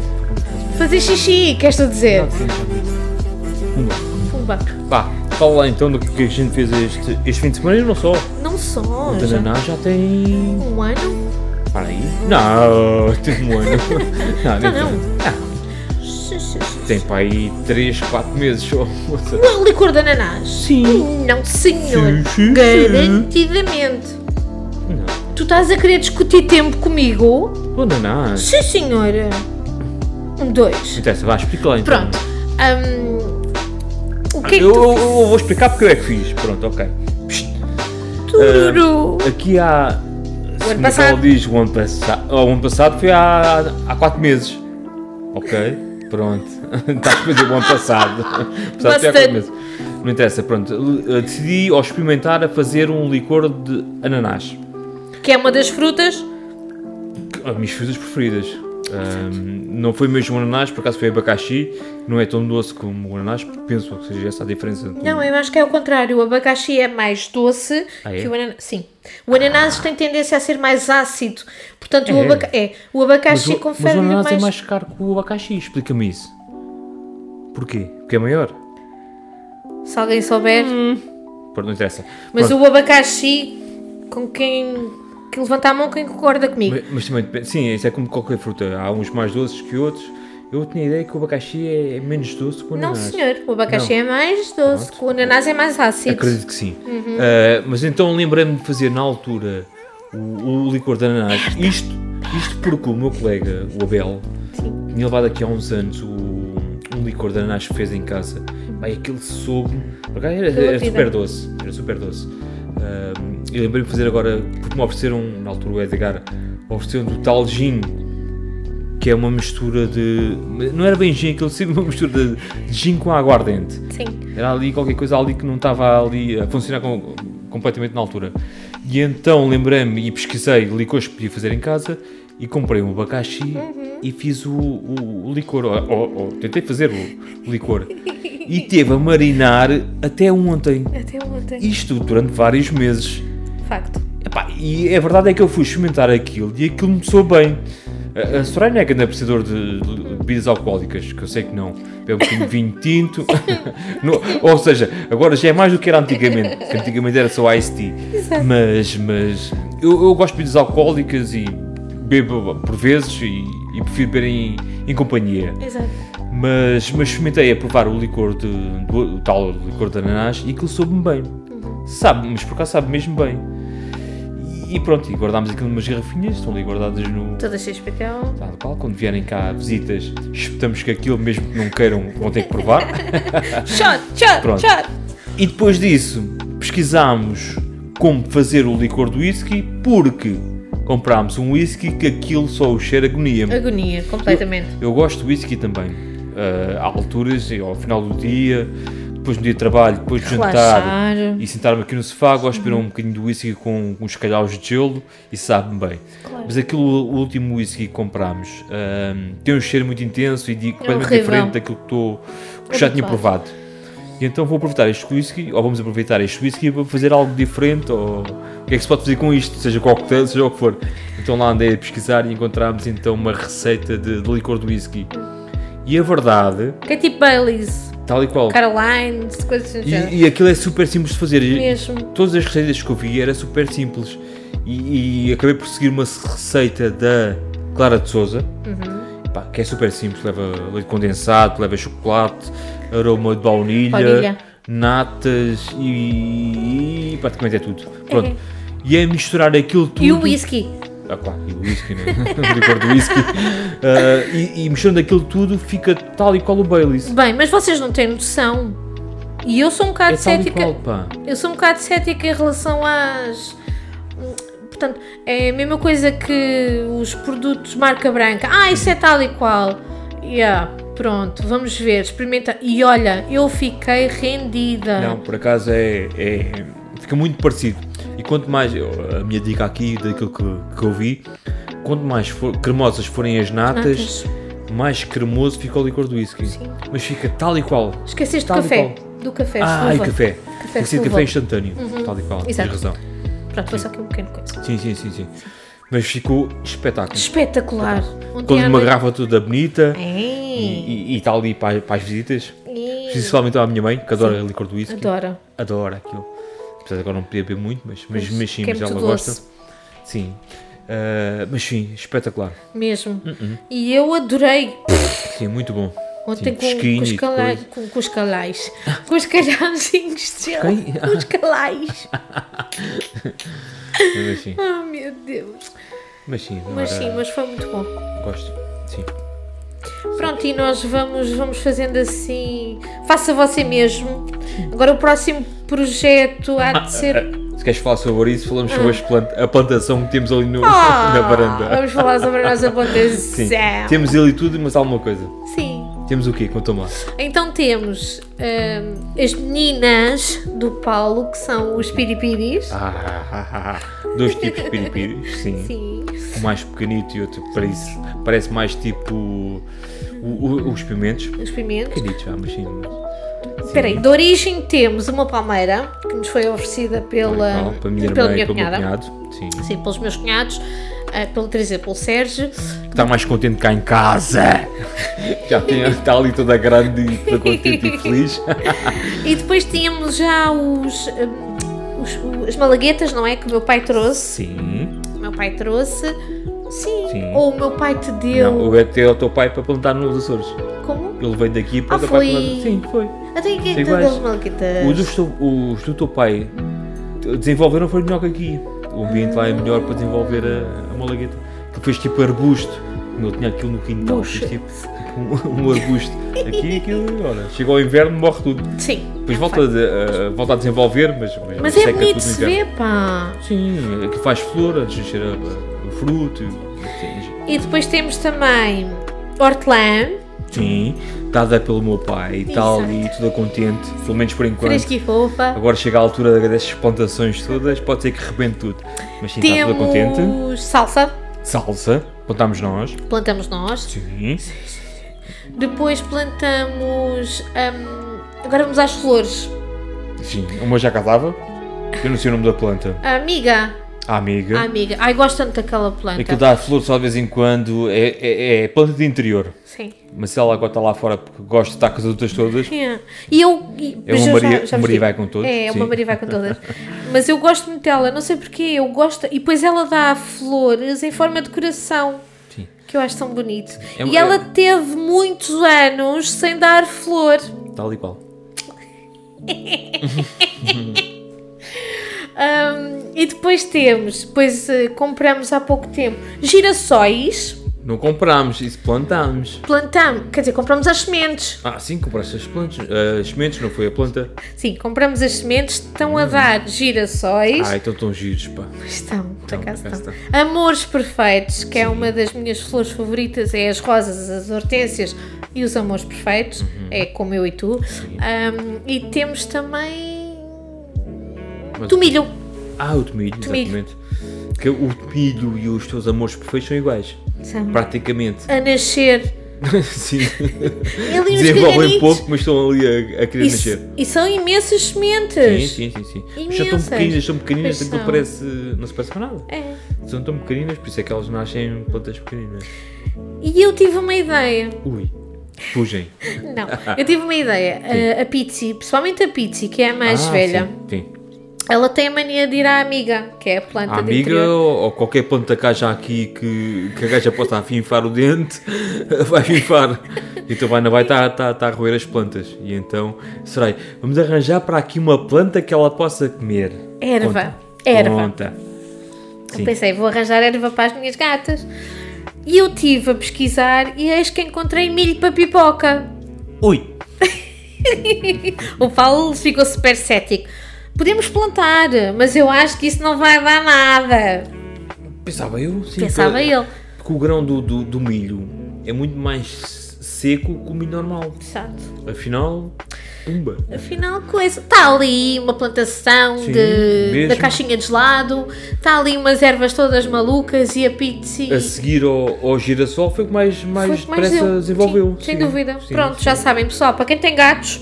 Speaker 2: Fazer xixi, queres tu dizer?
Speaker 1: Não, tenho que mijar. Um bom.
Speaker 2: Pumba.
Speaker 1: Pá, fala lá então do que a gente fez este, este fim de semana e não só. O
Speaker 2: Não só. já-
Speaker 1: Tananá já tem.
Speaker 2: Um ano?
Speaker 1: Para aí. Não, tem um ano. Não, nem
Speaker 2: Então
Speaker 1: Ah,
Speaker 2: não.
Speaker 1: tanto.
Speaker 2: Xixi, xixi.
Speaker 1: Tem para aí 3, 4 meses só. moça.
Speaker 2: Não, licor de ananás.
Speaker 1: Sim.
Speaker 2: Não, senhor.
Speaker 1: Sim, sim, sim.
Speaker 2: Garantidamente.
Speaker 1: Não.
Speaker 2: Tu estás a querer discutir tempo comigo?
Speaker 1: O ananás.
Speaker 2: Sim, senhora. Um, dois.
Speaker 1: Interessa, vá, explica lá então.
Speaker 2: Pronto. Hum, o que é que
Speaker 1: Eu, eu-
Speaker 2: tu
Speaker 1: eu vou explicar porque eu é que fiz. Pronto, ok. Psst.
Speaker 2: Tururu.
Speaker 1: Aqui há.
Speaker 2: O ano
Speaker 1: como
Speaker 2: passado.
Speaker 1: Ela diz, o ano, passa, o ano passado foi há, há 4 meses. Ok, pronto. Estás a fazer o ano passado. O passado foi há 4
Speaker 2: Bastante.
Speaker 1: meses. Não interessa, pronto. L- eh, Decidi ao experimentar a fazer um licor de ananás.
Speaker 2: Que é uma das frutas?
Speaker 1: Que- As Ah, minhas frutas preferidas. Ahm, não foi mesmo ananás, por acaso foi abacaxi. Não é tão doce como o ananás. Penso que seja essa a diferença.
Speaker 2: Não, eu acho que é o contrário. O abacaxi é mais doce
Speaker 1: Ah, é? Ah.
Speaker 2: que o ananás. Sim. O ananás tem tendência a ser mais ácido. Portanto, o,
Speaker 1: É.
Speaker 2: abaca... é. o
Speaker 1: mas
Speaker 2: abacaxi
Speaker 1: o, mas
Speaker 2: confere
Speaker 1: o ananás
Speaker 2: mais...
Speaker 1: é mais caro que o abacaxi. Explica-me isso. Porquê? Porque é maior.
Speaker 2: Se alguém souber.
Speaker 1: Pronto, não interessa.
Speaker 2: Mas
Speaker 1: Pronto.
Speaker 2: o abacaxi, com quem. que levanta a mão, quem concorda comigo.
Speaker 1: Mas, mas também depende. Sim, isso é como qualquer fruta. Há uns mais doces que outros. Eu tinha a ideia que o abacaxi é, é menos doce que o
Speaker 2: Não,
Speaker 1: ananás.
Speaker 2: senhor. O abacaxi
Speaker 1: Não.
Speaker 2: é mais doce.
Speaker 1: Pronto.
Speaker 2: O ananás é mais ácido.
Speaker 1: Acredito que sim. Ah, mas então lembrei-me de fazer na altura o, o licor de ananás. Isto, isto porque o meu colega, o Abel, tinha levado aqui há uns anos o, um licor de ananás que fez em casa. Pai, aquele soube. Por acaso Era, era
Speaker 2: Gelatina.
Speaker 1: super doce. Era super doce. Ah, eu lembrei-me de fazer agora, porque me ofereceram, na altura o Edgar, ofereceram o tal gin. Que é uma mistura de. Não era bem gin, aquilo seria uma mistura de, de gin com aguardente.
Speaker 2: Sim.
Speaker 1: Era ali qualquer coisa ali que não estava ali a funcionar com- completamente na altura. E então lembrei-me e pesquisei licores que podia fazer em casa e comprei um abacaxi e fiz o, o- o licor. Ou- ou- ou tentei fazer o, o licor. E teve a marinar até ontem.
Speaker 2: Até ontem.
Speaker 1: Isto durante vários meses.
Speaker 2: Facto.
Speaker 1: Epá, e a verdade é que eu fui experimentar aquilo e aquilo me soou bem. A- A Soraya não é grande apreciador de de bebidas alcoólicas, que eu sei que não. Bebe um bocadinho de vinho tinto. Não, ou seja, agora já é mais do que era antigamente. que Antigamente era só iced tea. Mas, mas eu, eu gosto de bebidas alcoólicas e bebo por vezes e, e prefiro beber em, em companhia.
Speaker 2: Exato.
Speaker 1: Mas, mas experimentei a provar o licor de, do, o tal licor de ananás e aquilo soube-me bem. Sabe, mas por acaso sabe mesmo bem. E, e pronto, e guardámos aquilo numas garrafinhas, estão ali guardadas no
Speaker 2: Todas XPTO.
Speaker 1: tal qual. Quando vierem cá visitas, espetamos que aquilo, mesmo que não queiram, vão ter que provar.
Speaker 2: Shot, shot,
Speaker 1: Pronto.
Speaker 2: shot.
Speaker 1: e depois disso, pesquisámos como fazer o licor do whisky, porque comprámos um whisky que aquilo só o cheiro agonia.
Speaker 2: Agonia, completamente.
Speaker 1: Eu gosto de whisky também. Ah, há alturas, ao final do dia, depois do dia de trabalho, depois de jantar
Speaker 2: Relaxar. Uhum.
Speaker 1: e sentar-me aqui no sofá, gosto de beber um bocadinho de whisky com uns calhaus de gelo e sabe-me bem. Mas aquele último whisky que comprámos ahm, tem um cheiro muito intenso e de, completamente
Speaker 2: É horrível.
Speaker 1: diferente daquilo que, tô, que já tinha
Speaker 2: Habituado.
Speaker 1: provado. E então vou aproveitar este whisky, ou vamos aproveitar este whisky para fazer algo diferente, ou o que é que se pode fazer com isto, seja coquetel, seja o que for. Então lá andei a pesquisar e encontramos então uma receita de, de licor de whisky. E a verdade,
Speaker 2: Que é tipo Baileys,
Speaker 1: tal e qual.
Speaker 2: Caroline, coisas assim. do género.
Speaker 1: E, e aquilo é super simples de fazer. E-
Speaker 2: Mesmo.
Speaker 1: Todas as receitas que eu vi era super simples. E, e acabei por seguir uma receita da Clara de Souza,
Speaker 2: Uhum.
Speaker 1: que é super simples. Leva leite condensado, leva chocolate, aroma de baunilha,
Speaker 2: Baunilha.
Speaker 1: natas e, e praticamente é tudo. Pronto. E é misturar aquilo tudo.
Speaker 2: E o whisky.
Speaker 1: Ah, claro, e o whisky, né? o licor do whisky. Ah, e, e misturando aquilo tudo fica tal e qual o Baileys.
Speaker 2: Bem, mas vocês não têm noção. E eu sou um bocado
Speaker 1: É tal e
Speaker 2: cética.
Speaker 1: qual, pá.
Speaker 2: Eu sou um bocado cética em relação às. Portanto, é a mesma coisa que os produtos marca branca. Ah, isso é tal e qual. Yeah, pronto, vamos ver, experimenta. E olha, eu fiquei rendida.
Speaker 1: Não, por acaso é, é- Fica muito parecido. E quanto mais. eu- A minha dica aqui, daquilo que, que eu vi, quanto mais for- cremosas forem as natas, mais cremoso fica o licor do whisky. Mas fica tal e qual.
Speaker 2: Esqueceste do
Speaker 1: Tal e
Speaker 2: café.
Speaker 1: qual.
Speaker 2: Do café,
Speaker 1: Ah, e
Speaker 2: chuva.
Speaker 1: café.
Speaker 2: Café
Speaker 1: Tem que ser
Speaker 2: de
Speaker 1: café
Speaker 2: uva.
Speaker 1: instantâneo. Tal e qual. Tens
Speaker 2: Exato.
Speaker 1: razão.
Speaker 2: Pronto, foi só aqui um pequeno coisa.
Speaker 1: Sim, sim, sim, sim. Mas ficou espetáculo.
Speaker 2: Um Espetacular. Ontem
Speaker 1: Quando
Speaker 2: à
Speaker 1: uma
Speaker 2: noite- É,
Speaker 1: garrafa toda bonita
Speaker 2: Ei,
Speaker 1: e, e, e tal ali para, para as visitas.
Speaker 2: ei,
Speaker 1: Principalmente à minha mãe, que adora licor do whisky.
Speaker 2: Adora.
Speaker 1: adora aquilo. Apesar de agora não poder beber muito, mas, mas,
Speaker 2: Pois,
Speaker 1: mas sim,
Speaker 2: que é
Speaker 1: mas
Speaker 2: muito
Speaker 1: ela
Speaker 2: doce.
Speaker 1: gosta. Sim. Ah, mas sim, espetacular.
Speaker 2: Mesmo. E eu adorei.
Speaker 1: Uh-uh. Sim, é muito bom.
Speaker 2: Ontem
Speaker 1: sim,
Speaker 2: com,
Speaker 1: fresquinho
Speaker 2: com, os
Speaker 1: e
Speaker 2: calais,
Speaker 1: coisa.
Speaker 2: com, com os calais. Com os calhazinhos de gelo.
Speaker 1: Quem?
Speaker 2: Com os calais.
Speaker 1: Mas sim,
Speaker 2: Ah, meu Deus.
Speaker 1: assim. mas sim,
Speaker 2: Mas
Speaker 1: agora
Speaker 2: sim, mas foi muito bom.
Speaker 1: gosto. Sim.
Speaker 2: Pronto, e nós vamos, vamos fazendo assim. Faça você mesmo. Agora o próximo projeto há
Speaker 1: Ah,
Speaker 2: de ser.
Speaker 1: Se queres falar sobre isso, falamos sobre as plant- a plantação que temos ali no,
Speaker 2: Ah,
Speaker 1: na varanda.
Speaker 2: Vamos falar sobre a nossa
Speaker 1: Sim.
Speaker 2: plantação.
Speaker 1: Temos ele tudo, mas alguma coisa.
Speaker 2: Sim.
Speaker 1: Temos o quê? Conta-me lá.
Speaker 2: Então temos hum, as meninas do Paulo, que são os piripiris.
Speaker 1: Ah, ah, ah, ah. Dois tipos de piripiris, sim.
Speaker 2: Sim.
Speaker 1: Um mais pequenito e outro parece, parece mais tipo o- o- os pimentos.
Speaker 2: Os pimentos.
Speaker 1: Pequenitos, ah, mas sim.
Speaker 2: Espera aí, de origem temos uma palmeira, que nos foi oferecida pela,
Speaker 1: Legal, para a minha irmã
Speaker 2: pela
Speaker 1: e
Speaker 2: minha
Speaker 1: para o meu
Speaker 2: cunhada.
Speaker 1: cunhado. Sim. Que
Speaker 2: Sim, pelos meus cunhados, ah, pelo Teresa e pelo Sérgio.
Speaker 1: Está tá mais contente cá em casa. Já tem, está ali toda grande e toda contente e feliz.
Speaker 2: E depois tínhamos já os, hum, os- o- as malaguetas, não é? Que o meu pai trouxe.
Speaker 1: Sim.
Speaker 2: O meu pai trouxe. Sim.
Speaker 1: Sim.
Speaker 2: Ou o meu pai te deu.
Speaker 1: Não, eu até ao teu pai para plantar nos Açores.
Speaker 2: Como?
Speaker 1: Ele veio daqui para
Speaker 2: Ah,
Speaker 1: o teu pai
Speaker 2: foi-
Speaker 1: plantar. Sim, foi.
Speaker 2: Até é quem te
Speaker 1: Iguais.
Speaker 2: deu as malaguetas?
Speaker 1: Os, do teu- os do teu pai desenvolveram foi melhor que aqui. O ambiente lá é melhor para desenvolver a, a malagueta. Que fez tipo arbusto. Ele tinha aquilo no quintal,
Speaker 2: Bucha.
Speaker 1: fez tipo um, um arbusto. Aqui e aquilo, olha, chegou ao inverno, morre tudo.
Speaker 2: Sim.
Speaker 1: Depois volta, a de- a- volta a desenvolver, mas, mas,
Speaker 2: Mas
Speaker 1: seca
Speaker 2: é bonito
Speaker 1: tudo no
Speaker 2: se
Speaker 1: inverno.
Speaker 2: ver, pá.
Speaker 1: Sim, aqui faz flor, antes de encher a- a- o fruto. Sim,
Speaker 2: E depois temos também hortelã,
Speaker 1: sim, dada pelo meu pai e tal, e tudo contente, pelo menos por enquanto.
Speaker 2: fresca e fofa.
Speaker 1: Agora chega a altura dessas plantações todas, pode ser que rebente tudo. Mas sim, está toda contente.
Speaker 2: Temos salsa,
Speaker 1: Salsa, plantámos nós.
Speaker 2: plantamos nós.
Speaker 1: Sim.
Speaker 2: Depois plantamos. hum, agora vamos às flores.
Speaker 1: Sim, uma já casava. Eu não sei o nome da planta.
Speaker 2: A amiga,
Speaker 1: A
Speaker 2: a
Speaker 1: amiga.
Speaker 2: amiga. Ai, gosto tanto daquela planta.
Speaker 1: Aquilo dá flor só de vez em quando. É, é, é planta de interior.
Speaker 2: Sim.
Speaker 1: Mas se ela agora está lá fora porque gosta de estar com as outras todas,
Speaker 2: É. E eu. e-
Speaker 1: É
Speaker 2: mas
Speaker 1: uma
Speaker 2: eu
Speaker 1: Maria-
Speaker 2: vos
Speaker 1: Maria
Speaker 2: digo.
Speaker 1: vai com todos,
Speaker 2: É,
Speaker 1: sim.
Speaker 2: uma Maria vai com todas. Mas eu gosto muito dela, não sei porquê. Eu gosto. E depois ela dá flores em forma de coração.
Speaker 1: Sim.
Speaker 2: Que eu acho tão bonito.
Speaker 1: É
Speaker 2: e
Speaker 1: uma-
Speaker 2: ela teve muitos anos sem dar flor.
Speaker 1: tal e qual.
Speaker 2: Hum, Ahm, e depois temos, depois eh, compramos há pouco tempo, girassóis.
Speaker 1: Não comprámos, isso plantámos.
Speaker 2: Plantamos, quer dizer, compramos as sementes.
Speaker 1: Ah, sim, compraste as plantas. ah, As sementes, não foi a planta?
Speaker 2: Sim, compramos as sementes, estão a dar girassóis.
Speaker 1: Hum. Ah, então estão giros, pá.
Speaker 2: Estão, por
Speaker 1: Estão,
Speaker 2: acaso
Speaker 1: por acaso
Speaker 2: estão. Amores Perfeitos, que é uma das minhas flores favoritas, é as rosas, as hortênsias e os amores perfeitos,
Speaker 1: Uhum.
Speaker 2: é como eu e tu. Ahm, e temos também
Speaker 1: Mas-
Speaker 2: tomilho.
Speaker 1: Ah, o tomilho,
Speaker 2: Tomilho.
Speaker 1: exatamente. Que o tomilho e os teus amores perfeitos são iguais.
Speaker 2: São.
Speaker 1: Praticamente.
Speaker 2: a nascer.
Speaker 1: Sim.
Speaker 2: Ali uns
Speaker 1: Desenvolvem
Speaker 2: caganitos.
Speaker 1: um pouco, mas estão ali a, a querer
Speaker 2: E,
Speaker 1: nascer.
Speaker 2: e são imensas
Speaker 1: Sim,
Speaker 2: sementes.
Speaker 1: sim, sim, sim. Mas são tão
Speaker 2: Imensas.
Speaker 1: pequeninas, são pequeninas,
Speaker 2: Pois
Speaker 1: aquilo
Speaker 2: são.
Speaker 1: parece. não se parece com nada.
Speaker 2: É.
Speaker 1: São tão pequeninas, por isso é que elas nascem em plantas pequeninas.
Speaker 2: E eu tive uma ideia.
Speaker 1: Ui, fugem.
Speaker 2: Não, eu tive uma ideia. A, a Pizzi, principalmente a Pizzi, que é a mais
Speaker 1: Ah,
Speaker 2: velha,
Speaker 1: Sim. sim.
Speaker 2: ela tem a mania de ir à amiga, que é a planta
Speaker 1: A
Speaker 2: de
Speaker 1: amiga
Speaker 2: interior.
Speaker 1: ou, ou qualquer planta que haja aqui que, que a gaja possa afinfar o dente, vai afinfar. Então vai, não vai estar tá, tá a roer as plantas. E então, será vamos arranjar para aqui uma planta que ela possa comer.
Speaker 2: Erva.
Speaker 1: Conta.
Speaker 2: Erva.
Speaker 1: Conta. Sim.
Speaker 2: Eu pensei, vou arranjar erva para as minhas gatas. E eu estive a pesquisar e eis que encontrei milho para pipoca.
Speaker 1: Ui,
Speaker 2: O Paulo ficou super cético. Podemos plantar, mas eu acho que isso não vai dar nada.
Speaker 1: pensava eu. Sim,
Speaker 2: Pensava
Speaker 1: que-
Speaker 2: ele.
Speaker 1: Porque o grão do, do, do milho é muito mais seco que o milho normal.
Speaker 2: Exato.
Speaker 1: Afinal, pumba.
Speaker 2: Afinal, coisa. Está ali uma plantação
Speaker 1: Sim,
Speaker 2: de-
Speaker 1: mesmo.
Speaker 2: da caixinha de gelado, está ali umas ervas todas malucas e a pizza.
Speaker 1: A seguir ao, ao girassol foi o que mais, mais depressa desenvolveu.
Speaker 2: Sim, sem
Speaker 1: Sim,
Speaker 2: dúvida.
Speaker 1: sim,
Speaker 2: Pronto,
Speaker 1: sim.
Speaker 2: já sabem, pessoal, para quem tem gatos,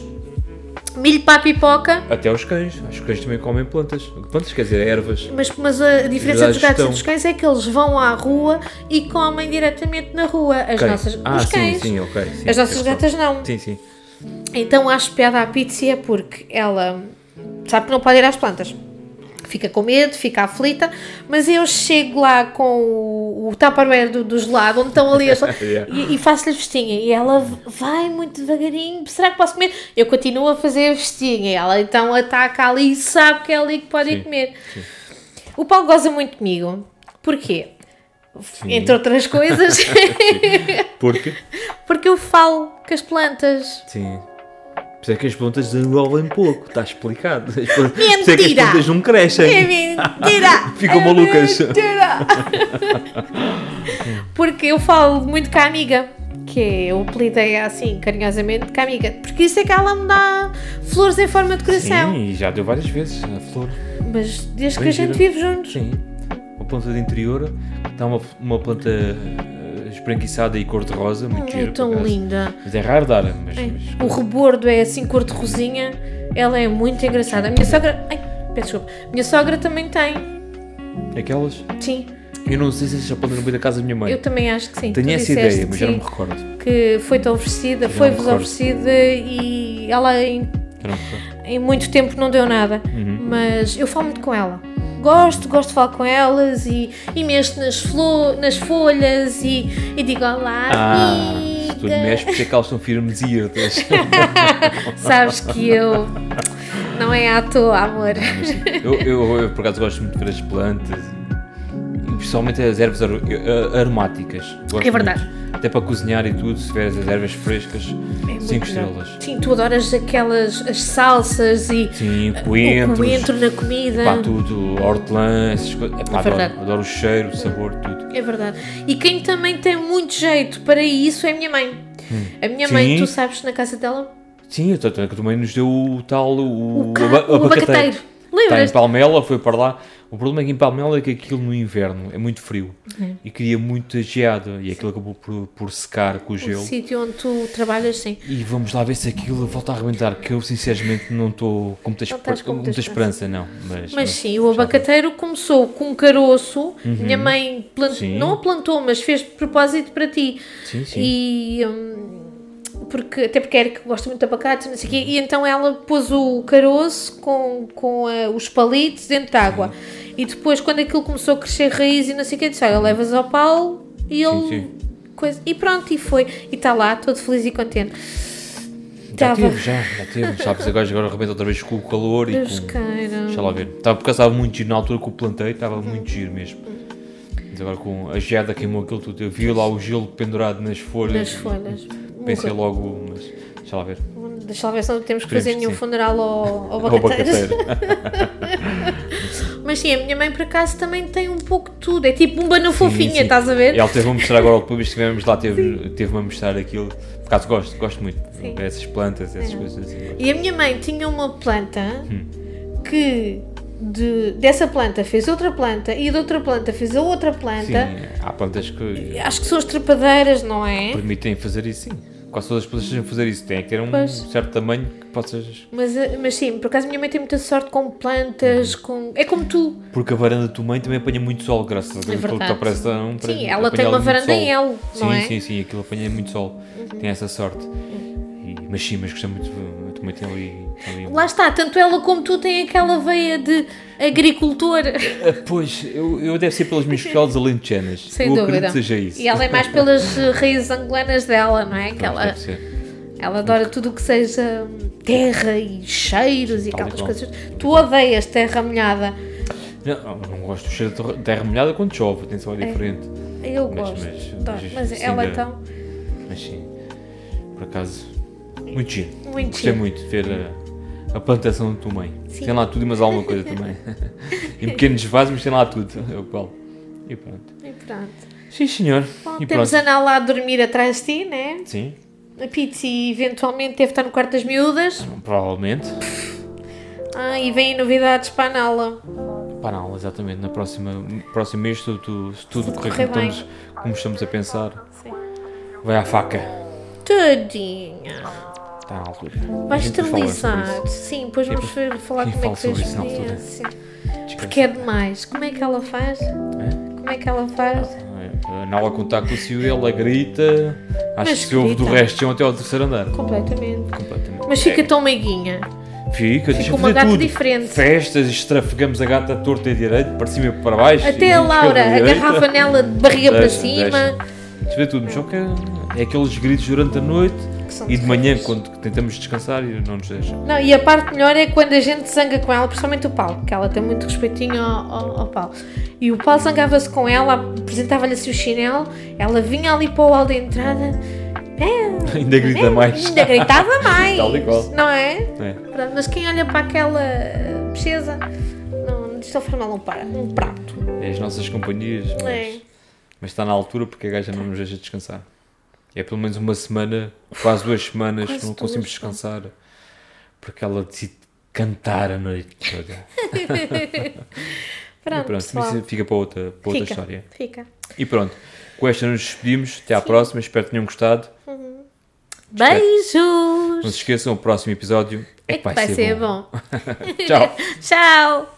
Speaker 2: milho para a pipoca.
Speaker 1: Até os cães. Os cães também comem plantas. Plantas quer dizer ervas.
Speaker 2: Mas, mas a diferença
Speaker 1: Já
Speaker 2: dos gatos
Speaker 1: estão.
Speaker 2: e dos cães é que eles vão à rua e comem diretamente na rua. As
Speaker 1: Cães.
Speaker 2: nossas,
Speaker 1: ah,
Speaker 2: os
Speaker 1: sim,
Speaker 2: cães.
Speaker 1: sim, ok. sim,
Speaker 2: As nossas
Speaker 1: tem razão.
Speaker 2: gatas não.
Speaker 1: Sim, sim.
Speaker 2: Então acho piada à pizza é porque ela sabe que não pode ir às plantas. Fica com medo, fica aflita, mas eu chego lá com o, o tupperware do, do gelado, onde estão ali as
Speaker 1: Yeah.
Speaker 2: e, e faço-lhe a vestinha. E ela v- vai muito devagarinho, será que posso comer? Eu continuo a fazer a vestinha. E ela então ataca ali e sabe que é ali que pode ir
Speaker 1: Sim,
Speaker 2: comer. O Paulo goza muito comigo. Porquê?
Speaker 1: Sim.
Speaker 2: Entre outras coisas,
Speaker 1: Porque?
Speaker 2: porque eu falo com as plantas.
Speaker 1: Sim. Por isso é que as plantas desenvolvem pouco. Está explicado. As plantas- Por isso é que as
Speaker 2: Mentira!
Speaker 1: plantas não crescem.
Speaker 2: É mentira!
Speaker 1: Ficam
Speaker 2: É
Speaker 1: malucas.
Speaker 2: Mentira! Porque eu falo muito com a amiga, que eu apelidei assim carinhosamente com a amiga, porque isso é que ela me dá flores em forma de coração.
Speaker 1: Sim, e já deu várias vezes a flor.
Speaker 2: Mas desde que
Speaker 1: Bem
Speaker 2: a gente
Speaker 1: gira.
Speaker 2: vive juntos.
Speaker 1: Sim. Uma planta de interior. Está uma, uma planta eh, esbranquiçada e cor-de-rosa. Muito
Speaker 2: é
Speaker 1: gira, por
Speaker 2: tão
Speaker 1: acaso.
Speaker 2: linda.
Speaker 1: Mas é raro dar. Mas, mas-
Speaker 2: O rebordo é assim cor de rosinha. Ela é muito engraçada. A minha sogra. Ai, peço desculpa. A minha sogra também tem.
Speaker 1: Aquelas.
Speaker 2: Sim,
Speaker 1: Eu não sei se essa planta não veio da casa da minha mãe.
Speaker 2: eu também acho que sim.
Speaker 1: Tenho
Speaker 2: Tu
Speaker 1: essa
Speaker 2: disseste
Speaker 1: ideia,
Speaker 2: que
Speaker 1: mas já não
Speaker 2: sim.
Speaker 1: me recordo.
Speaker 2: que foi-te oferecida,
Speaker 1: me
Speaker 2: foi-vos
Speaker 1: recordo.
Speaker 2: oferecida e ela em,
Speaker 1: Já não me recordo.
Speaker 2: em muito tempo não deu nada.
Speaker 1: Uhum.
Speaker 2: Mas eu falo muito com ela. Gosto, gosto de falar com elas e, e mexo nas, flo, nas folhas e, e digo olá,
Speaker 1: Ah, se tu
Speaker 2: amiga.
Speaker 1: mexes, por isso é que elas são firmes e irtas.
Speaker 2: Sabes que eu não é à toa, amor.
Speaker 1: eu, eu, eu, por acaso, gosto muito de ver as plantas. e Principalmente as ervas ar- eh, aromáticas. Gosto
Speaker 2: É verdade. É
Speaker 1: muito. Até para cozinhar e tudo, se tiveres as ervas frescas, 5 estrelas.
Speaker 2: Sim, tu adoras aquelas as salsas e
Speaker 1: Sim,
Speaker 2: o
Speaker 1: coentros.
Speaker 2: coentro na comida.
Speaker 1: Pá, tudo, hortelã, essas coisas. Epá,
Speaker 2: É
Speaker 1: adoro,
Speaker 2: verdade.
Speaker 1: adoro o cheiro, o sabor, tudo.
Speaker 2: É verdade. E quem também tem muito jeito para isso é a minha mãe. A minha mãe,
Speaker 1: Hum. Sim.
Speaker 2: tu sabes, na casa dela,
Speaker 1: Sim, eu tanto é que também nos deu o tal, o,
Speaker 2: o, ca-
Speaker 1: aba-
Speaker 2: o abacateiro.
Speaker 1: Está em
Speaker 2: Lembras?
Speaker 1: Palmela, foi para lá. O problema é que em Palmela é que aquilo no inverno é muito frio
Speaker 2: Uhum.
Speaker 1: e cria muita geada e aquilo acabou por, por secar com o
Speaker 2: O
Speaker 1: gelo.
Speaker 2: sítio onde tu trabalhas, sim.
Speaker 1: E vamos lá ver se aquilo volta a arrebentar, que eu sinceramente não estou com muita,
Speaker 2: Não
Speaker 1: esper-
Speaker 2: estás com muita
Speaker 1: muita esperança, não. Mas,
Speaker 2: Mas sim, o abacateiro começou com um caroço. Minha mãe plant-
Speaker 1: Uhum. Sim.
Speaker 2: não o plantou, mas fez de propósito para ti.
Speaker 1: Sim, sim.
Speaker 2: E. hum, porque, até porque era que gosta muito de abacate, não sei o quê, e então ela pôs o caroço com, com ah, os palitos dentro de água. E depois, quando aquilo começou a crescer raiz e não sei o quê, disse: Olha, levas ao Paulo e ele.
Speaker 1: sim.
Speaker 2: Coisa, e pronto, e foi. E está lá, todo feliz e contente.
Speaker 1: já
Speaker 2: Estava.
Speaker 1: teve, já, já teve. Sabes, agora, agora arrebenta outra vez com o calor
Speaker 2: Deus
Speaker 1: e com.
Speaker 2: queira. Uhum.
Speaker 1: Deixa lá ver. Estava porque estava muito giro na altura que o plantei, estava muito giro mesmo. Mas agora com a geada queimou aquilo tudo. Eu vi lá o gelo pendurado nas folhas.
Speaker 2: Nas folhas.
Speaker 1: Pensei
Speaker 2: Nunca-
Speaker 1: logo, mas deixa lá ver.
Speaker 2: Da salvação temos
Speaker 1: Esperemos
Speaker 2: que fazer
Speaker 1: que
Speaker 2: nenhum
Speaker 1: sim.
Speaker 2: funeral ao, ao
Speaker 1: Rouba
Speaker 2: Bacateiras.
Speaker 1: carteira.
Speaker 2: Mas sim, a minha mãe por acaso também tem um pouco de tudo. É tipo um banho fofinha,
Speaker 1: Sim, sim.
Speaker 2: estás a ver?
Speaker 1: Ela teve a mostrar agora ao público, estivemos lá, teve- teve-me a mostrar aquilo. Por acaso gosto, gosto muito.
Speaker 2: Sim. É.
Speaker 1: Essas plantas, essas coisas assim.
Speaker 2: E a minha mãe tinha uma planta
Speaker 1: Hum.
Speaker 2: que de- dessa planta fez outra planta e de outra planta fez a outra
Speaker 1: Sim,
Speaker 2: planta.
Speaker 1: há plantas que
Speaker 2: Acho que são as trepadeiras, não é?
Speaker 1: permitem fazer isso, sim. Quase todas as plantas têm que fazer isso. Tem que ter um
Speaker 2: Pois.
Speaker 1: certo tamanho que possas.
Speaker 2: Mas, eh, mas sim, por acaso a minha mãe tem muita sorte com
Speaker 1: Uhum.
Speaker 2: plantas, com. É como tu.
Speaker 1: Porque a varanda do mãe também apanha muito sol, graças a Deus. aquilo
Speaker 2: É verdade.
Speaker 1: que aparece lá, não
Speaker 2: Sim,
Speaker 1: apanha-
Speaker 2: ela
Speaker 1: apanha
Speaker 2: tem uma
Speaker 1: muito
Speaker 2: varanda
Speaker 1: sol.
Speaker 2: em L, não
Speaker 1: sim,
Speaker 2: é? Uhum.
Speaker 1: Sim, sim, aquilo apanha muito sol. Tem essa sorte. E- mas sim, mas gostei muito. de- eu Também tem ali. tem ali um-
Speaker 2: Lá está, tanto ela como tu têm aquela veia de agricultor.
Speaker 1: Ah, Pois, eu, eu deve ser pelos meus colos alentejanas.
Speaker 2: Sem
Speaker 1: eu
Speaker 2: dúvida.
Speaker 1: acredito que seja isso.
Speaker 2: E ela é mais pelas eh, raízes angolanas dela, não é? Que
Speaker 1: Pronto,
Speaker 2: ela,
Speaker 1: deve ser.
Speaker 2: ela adora tudo o que seja hum, terra e cheiros e
Speaker 1: Tal e
Speaker 2: aquelas
Speaker 1: qual.
Speaker 2: coisas. Tu odeias terra molhada.
Speaker 1: Não, eu não gosto do cheiro de terra- terra molhada quando chove, atenção, é diferente.
Speaker 2: Eu
Speaker 1: Mas-
Speaker 2: gosto.
Speaker 1: mas-
Speaker 2: adoro.
Speaker 1: mas
Speaker 2: Mas
Speaker 1: isso
Speaker 2: ela
Speaker 1: ainda-
Speaker 2: então.
Speaker 1: Mas sim, por acaso, muito giro.
Speaker 2: Muito
Speaker 1: Gostei
Speaker 2: giro.
Speaker 1: muito de ver a, a plantação do tua mãe.
Speaker 2: Sim.
Speaker 1: Tem lá tudo e mais alguma coisa também. em pequenos vasos, mas tem lá tudo. É o qual. E pronto.
Speaker 2: E pronto.
Speaker 1: Sim, senhor.
Speaker 2: Bom,
Speaker 1: e
Speaker 2: temos
Speaker 1: pronto.
Speaker 2: a Ana lá a dormir atrás de ti, né?
Speaker 1: Sim,
Speaker 2: A Pizzi eventualmente deve estar no quarto das miúdas.
Speaker 1: provavelmente.
Speaker 2: Ah, e vêm novidades para a Nala.
Speaker 1: Pá, não, exatamente. Na próxima, no próximo mês, se tudo, se tudo correr
Speaker 2: correr
Speaker 1: como
Speaker 2: bem.
Speaker 1: estamos, como estamos a pensar,
Speaker 2: Sim.
Speaker 1: vai à faca.
Speaker 2: Tadinha.
Speaker 1: Está na altura. A
Speaker 2: Vais
Speaker 1: gente fala sobre
Speaker 2: esterilizar.
Speaker 1: isso.
Speaker 2: Sim, depois vamos ver- falar
Speaker 1: quem
Speaker 2: como é
Speaker 1: fala
Speaker 2: que foi a
Speaker 1: sobre isso na altura?
Speaker 2: experiência.
Speaker 1: Descansa.
Speaker 2: Porque é demais. Como é que ela faz? Como é que ela faz?
Speaker 1: A É, Nala contar com o Sil, ela grita. Acho
Speaker 2: Mas
Speaker 1: que se ouve do
Speaker 2: grita.
Speaker 1: resto, iam até ao terceiro andar.
Speaker 2: Completamente.
Speaker 1: Completamente. É,
Speaker 2: Mas fica tão meiguinha.
Speaker 1: Fica, deixa
Speaker 2: uma
Speaker 1: fazer
Speaker 2: gata
Speaker 1: tudo.
Speaker 2: diferente.
Speaker 1: Festas, estrafegamos a gata torta e direito, para cima e para baixo. e
Speaker 2: Até a
Speaker 1: esquerda e
Speaker 2: Laura
Speaker 1: direita.
Speaker 2: agarrava nela de barriga para
Speaker 1: Deixa,
Speaker 2: cima.
Speaker 1: deixa. Deixa ver tudo, mas só que é aqueles gritos durante a noite
Speaker 2: são
Speaker 1: e de manhã,
Speaker 2: terríveis.
Speaker 1: quando tentamos descansar, e não nos deixa.
Speaker 2: Não, e a parte melhor é quando a gente zanga com ela, principalmente o Paulo, que ela tem muito respeitinho ao, ao, ao Paulo. E o Paulo zangava-se com ela, apresentava-lhe assim o chinelo, ela vinha ali para o hall da entrada. É,
Speaker 1: Ainda grita
Speaker 2: é,
Speaker 1: mais.
Speaker 2: Ainda gritava mais.
Speaker 1: Tal e qual.
Speaker 2: Não é?
Speaker 1: É.
Speaker 2: Pronto, Mas quem olha para aquela mexeza, não, isto forma um, para, um prato.
Speaker 1: É as nossas companhias, mas,
Speaker 2: É.
Speaker 1: mas está na altura porque a gaja não nos deixa descansar. É pelo menos uma semana, quase duas semanas, que não
Speaker 2: duas,
Speaker 1: conseguimos
Speaker 2: pá.
Speaker 1: descansar porque ela decide cantar a noite toda.
Speaker 2: Pronto,
Speaker 1: E pronto,
Speaker 2: pessoal.
Speaker 1: isso fica para outra, para outra
Speaker 2: fica,
Speaker 1: história.
Speaker 2: Fica.
Speaker 1: E pronto, com esta nos despedimos. Até à próxima, espero que tenham gostado.
Speaker 2: Beijos!
Speaker 1: Não se esqueçam, o próximo episódio é,
Speaker 2: É que vai ser bom.
Speaker 1: bom. Tchau!
Speaker 2: Tchau!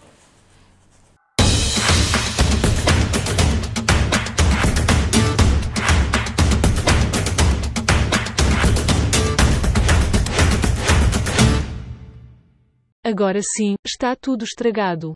Speaker 5: Agora sim, está tudo estragado.